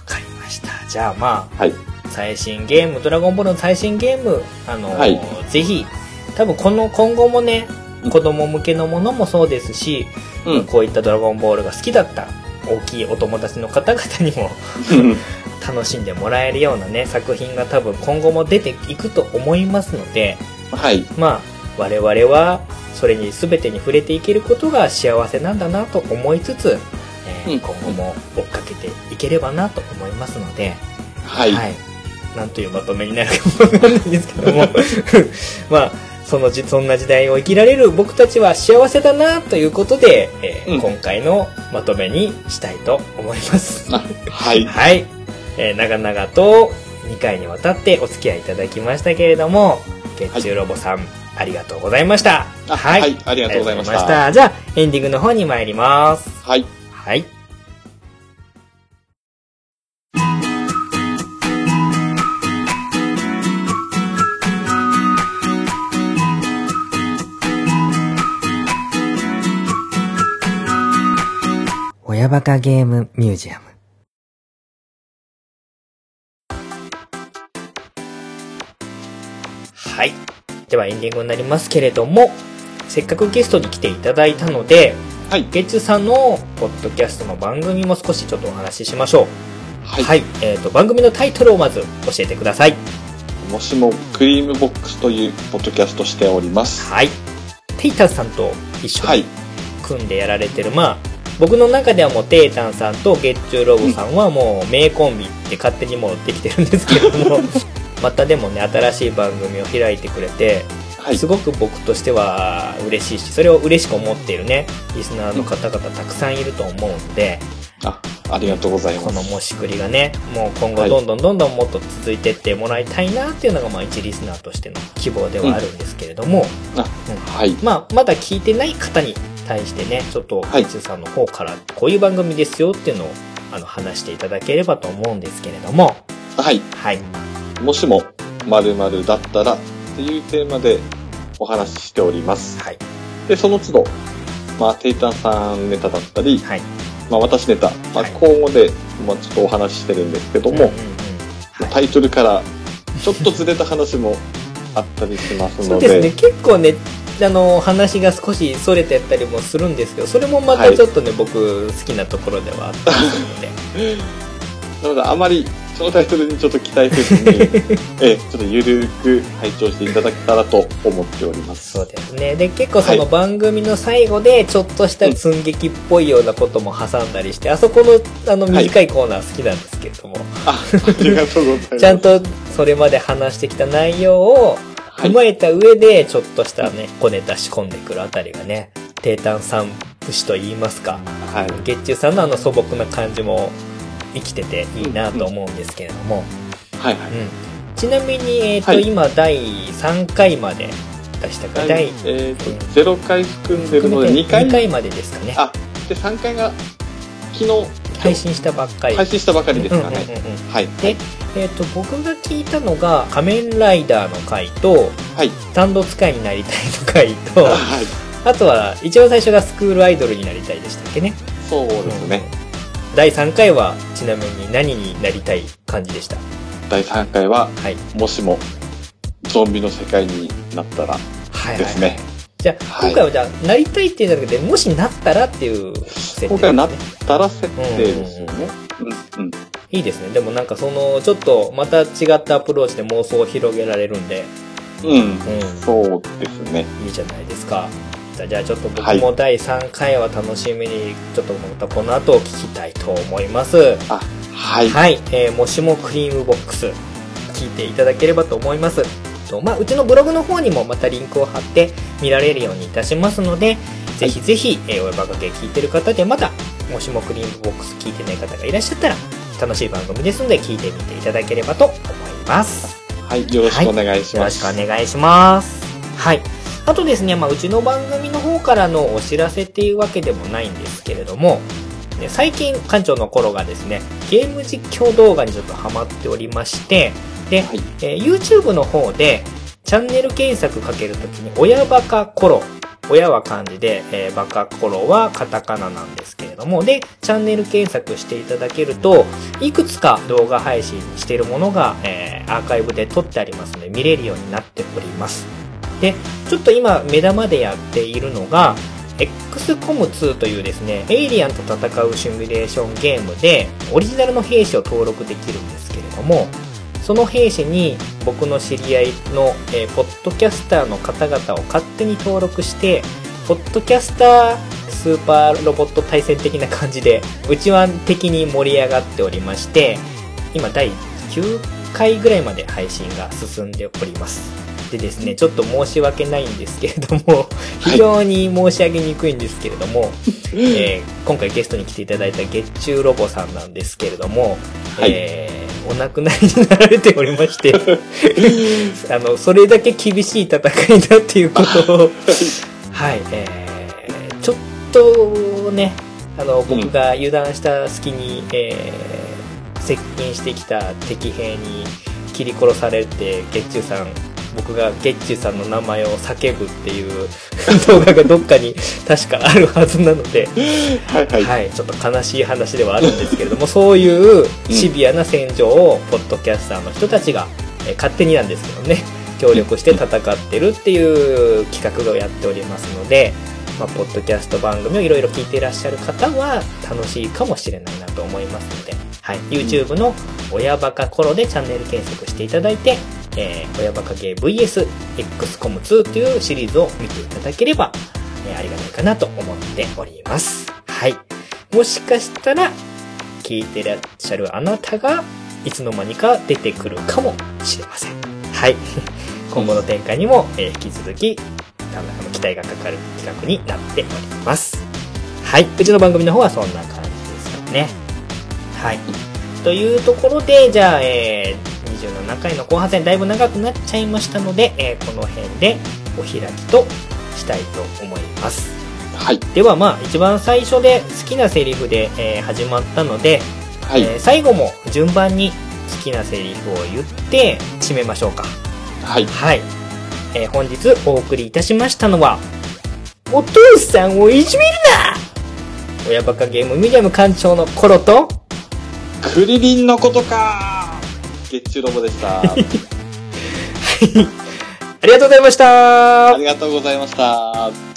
Speaker 1: かりまじゃあま
Speaker 2: はい。
Speaker 1: あ、最新ゲーム、ドラゴンボールの最新ゲーム、あの、
Speaker 2: はい
Speaker 1: ぜひ、多分この、今後もね
Speaker 2: うん、
Speaker 1: 子供向けのものもそうですし、
Speaker 2: うん。
Speaker 1: こういったドラゴンボールが好きだった大きいお友達の方々にも楽しんでもらえるようなね、作品が多分今後も出ていくと思いますので、
Speaker 2: はい。
Speaker 1: まあ、我々はそれに全てに触れていけることが幸せなんだなと思いつつ、えー
Speaker 2: うん
Speaker 1: 今後も追っかけていければなと思いますので、
Speaker 2: はい。
Speaker 1: はい。なんというまとめになるかわかんないんですけ ども、 まあ、そのじ、そんな時代を生きられる僕たちは幸せだなということで、えー
Speaker 2: うん
Speaker 1: 今回のまとめにしたいと思います。
Speaker 2: あはい。
Speaker 1: はい。えー長々と2回にわたってお付き合いいただきましたけれども、月中ロボさん、ありがとうございました。
Speaker 2: あ
Speaker 1: はい。
Speaker 2: はい。あり
Speaker 1: あ
Speaker 2: がとうございました。
Speaker 1: りがとうございましたじゃあ、エンディングの方に参ります。
Speaker 2: はい。
Speaker 1: はい。親バカゲームミュージアム。はい。ではエンディングになりますけれども、せっかくゲストに来ていただいたので、
Speaker 2: はい。
Speaker 1: 月中さんのポッドキャストの番組も少しちょっとお話ししましょう。
Speaker 2: はい。
Speaker 1: えっ、と、番組のタイトルをまず教えてください。
Speaker 2: もしもクリームボックスというポッドキャストしております。
Speaker 1: はい。テイタンさんと一緒
Speaker 2: は
Speaker 1: に
Speaker 2: い。
Speaker 1: 組んでやられてる、まあ、僕の中ではもうテイタンさんと月中ロボさんはもう名コンビって勝手にもうできてるんですけれど も、またでもね、新しい番組を開いてくれて、
Speaker 2: はい。
Speaker 1: すごく僕としては嬉しいし、それを嬉しく思っているね、リスナーの方々たくさんいると思うんで、
Speaker 2: あ、ありがとうござい
Speaker 1: こ
Speaker 2: ま
Speaker 1: の
Speaker 2: す。
Speaker 1: もしくりがねもう今後
Speaker 2: はい
Speaker 1: どんどんどんどんもっと続いてってもらいたいなっていうのがまあ一リスナーとしての希望ではあるんですけれども、
Speaker 2: はい。
Speaker 1: まあまだ聞いてない方に対してねちょっと
Speaker 2: はい
Speaker 1: 哲さんの方からこういう番組ですよっていうのをあの話していただければと思うんですけれども
Speaker 2: はい。
Speaker 1: はい
Speaker 2: もしも〇〇だったらっていうテーマでお話ししております。
Speaker 1: はい
Speaker 2: で、その都度、まあ、テイタンさんネタだったり、
Speaker 1: はい
Speaker 2: まあ、私ネタ、まあ、
Speaker 1: はい
Speaker 2: 交互で、まあ、ちょっとお話ししてるんですけど
Speaker 1: んん
Speaker 2: も
Speaker 1: ん、は
Speaker 2: タイトルからちょっとずれた話も あったりします
Speaker 1: い、そ
Speaker 2: の
Speaker 1: う
Speaker 2: で、
Speaker 1: ですね結構ねあの話が少しそれてたりもするんですけどそれもまたちょっとね、僕好きなところではあったりするので
Speaker 2: なのであまりそのタイトルにちょっと期待せ ずに、ええちょっとゆるく拝聴していただけたらと思っております。
Speaker 1: そうですね。で、結構その
Speaker 2: はい
Speaker 1: 番組の最後で、ちょっとした寸劇っぽいようなことも挟んだりして、あそこの、あの、
Speaker 2: はい
Speaker 1: 短いコーナー好きなんですけれども、
Speaker 2: あありがとうございます。
Speaker 1: ちゃんとそれまで話してきた内容を
Speaker 2: はい、
Speaker 1: 踏まえた上で、ちょっとしたね、小ネタ仕込んでくるあたりがね、低炭酸節と言いますか、
Speaker 2: はい。
Speaker 1: 月中さんのあの素朴な感じも生きてていいなと思うんですけれども、
Speaker 2: はいはい。
Speaker 1: うん。ちなみに、えっ、と、
Speaker 2: はい
Speaker 1: 今、第3回まで出したか、第
Speaker 2: えっ、と、0回含んでるので
Speaker 1: 含め
Speaker 2: 2
Speaker 1: て
Speaker 2: 回
Speaker 1: 2回までですかね
Speaker 2: あ、で、3回が昨日
Speaker 1: 配信したばっかり
Speaker 2: 配信したばかりですか
Speaker 1: うん
Speaker 2: ね。
Speaker 1: うんうんうん
Speaker 2: はい。
Speaker 1: でえっと僕が聞いたのが「仮面ライダー」の回と
Speaker 2: は
Speaker 1: 「
Speaker 2: い。
Speaker 1: スタンド使いになりたい」の回と
Speaker 2: はい。
Speaker 1: あとは一番最初が「スクールアイドルになりたい」でしたっけね
Speaker 2: そうですね。
Speaker 1: 第3回はちなみに何になりたい感じでした
Speaker 2: 第3回は、
Speaker 1: はい
Speaker 2: もしもゾンビの世界になったら
Speaker 1: はい、はい、
Speaker 2: ですね。
Speaker 1: じゃあ、
Speaker 2: はい
Speaker 1: 今回はじゃあなりたいっていうだけでもしなったらっていう設定
Speaker 2: 今回はなっ
Speaker 1: ですね
Speaker 2: たら設定ですよね。うんうん。
Speaker 1: いいですねでもなんかそのちょっとまた違ったアプローチで妄想を広げられるんで
Speaker 2: うん。
Speaker 1: うん
Speaker 2: そうですね。
Speaker 1: いいじゃないですかじゃあじゃあちょっと
Speaker 2: は
Speaker 1: 僕
Speaker 2: い
Speaker 1: も第3回は楽しみにちょっとまたこの後を聞きたいと思います
Speaker 2: あ、はい。
Speaker 1: はい、えーもしもクリームボックス聞いていただければと思いますとまあ、うちのブログの方にもまたリンクを貼って見られるようにいたしますので、ぜひぜひ、えー、おばかけ聞いてる方でまだもしもクリームボックス聞いてない方がいらっしゃったら楽しい番組ですので聞いてみていただければと思います
Speaker 2: はい。よろしくお願いし
Speaker 1: よ
Speaker 2: ま
Speaker 1: ろし
Speaker 2: す。
Speaker 1: くお願いします。はい。あとですね、まあ、うちの番組の方からのお知らせっていうわけでもないんですけれども、ね最近、館長の頃がですね、ゲーム実況動画にちょっとハマっておりまして、で、
Speaker 2: はい。
Speaker 1: えー YouTube の方で、チャンネル検索かけるときに、親バカコロ親は漢字で、えーバカコロはカタカナなんですけれども、で、チャンネル検索していただけると、いくつか動画配信しているものが、えーアーカイブで撮ってありますので、見れるようになっております。で、ちょっと今、目玉でやっているのが、XCOM2 というですね、エイリアンと戦うシミュレーションゲームで、オリジナルの兵士を登録できるんですけれども、その兵士に僕の知り合いの、えーポッドキャスターの方々を勝手に登録して、ポッドキャスタースーパーロボット対戦的な感じで、内輪的に盛り上がっておりまして、今第9回ぐらいまで配信が進んでおります。でですね、ちょっと申し訳ないんですけれども、非常に申し上げにくいんですけれども、えー今回ゲストに来ていただいた月中ロボさんなんですけれども、
Speaker 2: はい
Speaker 1: えーお亡くなりになられておりま して、 あの、それだけ厳しい戦いだっていう ことを、はい、えーちょっとね、あの、僕が油断した隙に、えー接近してきた敵兵に切り殺されて、月中さん、僕が月中さんの名前を叫ぶっていう 動画がどっかに確かあるはずなので、
Speaker 2: はいはい。
Speaker 1: はい、ちょっと悲しい話ではあるんですけれども、そういうシビアな戦場を、ポッドキャスターの人たちが、えー勝手になんですけどね、協力して戦ってるっていう企画をやっておりますので、まあ、ポッドキャスト番組をいろいろ聞いていらっしゃる方は、楽しいかもしれないなと思いますので、はい、YouTube の親バカコロでチャンネル検索していただいて、えー親バカゲー VSXCOM2 というシリーズを見ていただければ、えーありがたいかなと思っております。はい。もしかしたら、聞いてらっしゃるあなたが、いつの間にか出てくるかもしれません。はい。 今後の展開にも、えー引き続き、田中の期待がかかる企画になっております。はい。うちの番組の方はそんな感じですかね。はい。というところで、じゃあ、えー、27回の後半戦、だいぶ長くなっちゃいましたので、えーこの辺でお開きとしたいと思います。
Speaker 2: はい。
Speaker 1: ではまあ一番最初で好きなセリフで、えー始まったので、
Speaker 2: はい。
Speaker 1: えー最後も順番に好きなセリフを言って締めましょうか
Speaker 2: はい。
Speaker 1: はい、えー本日お送りいたしましたのは「お父さんをいじめるな!」親バカゲームミディアム館長のコロと
Speaker 2: クリリンのことか月中ロボ でした。
Speaker 1: ありがとうございました
Speaker 2: ありがとうございました。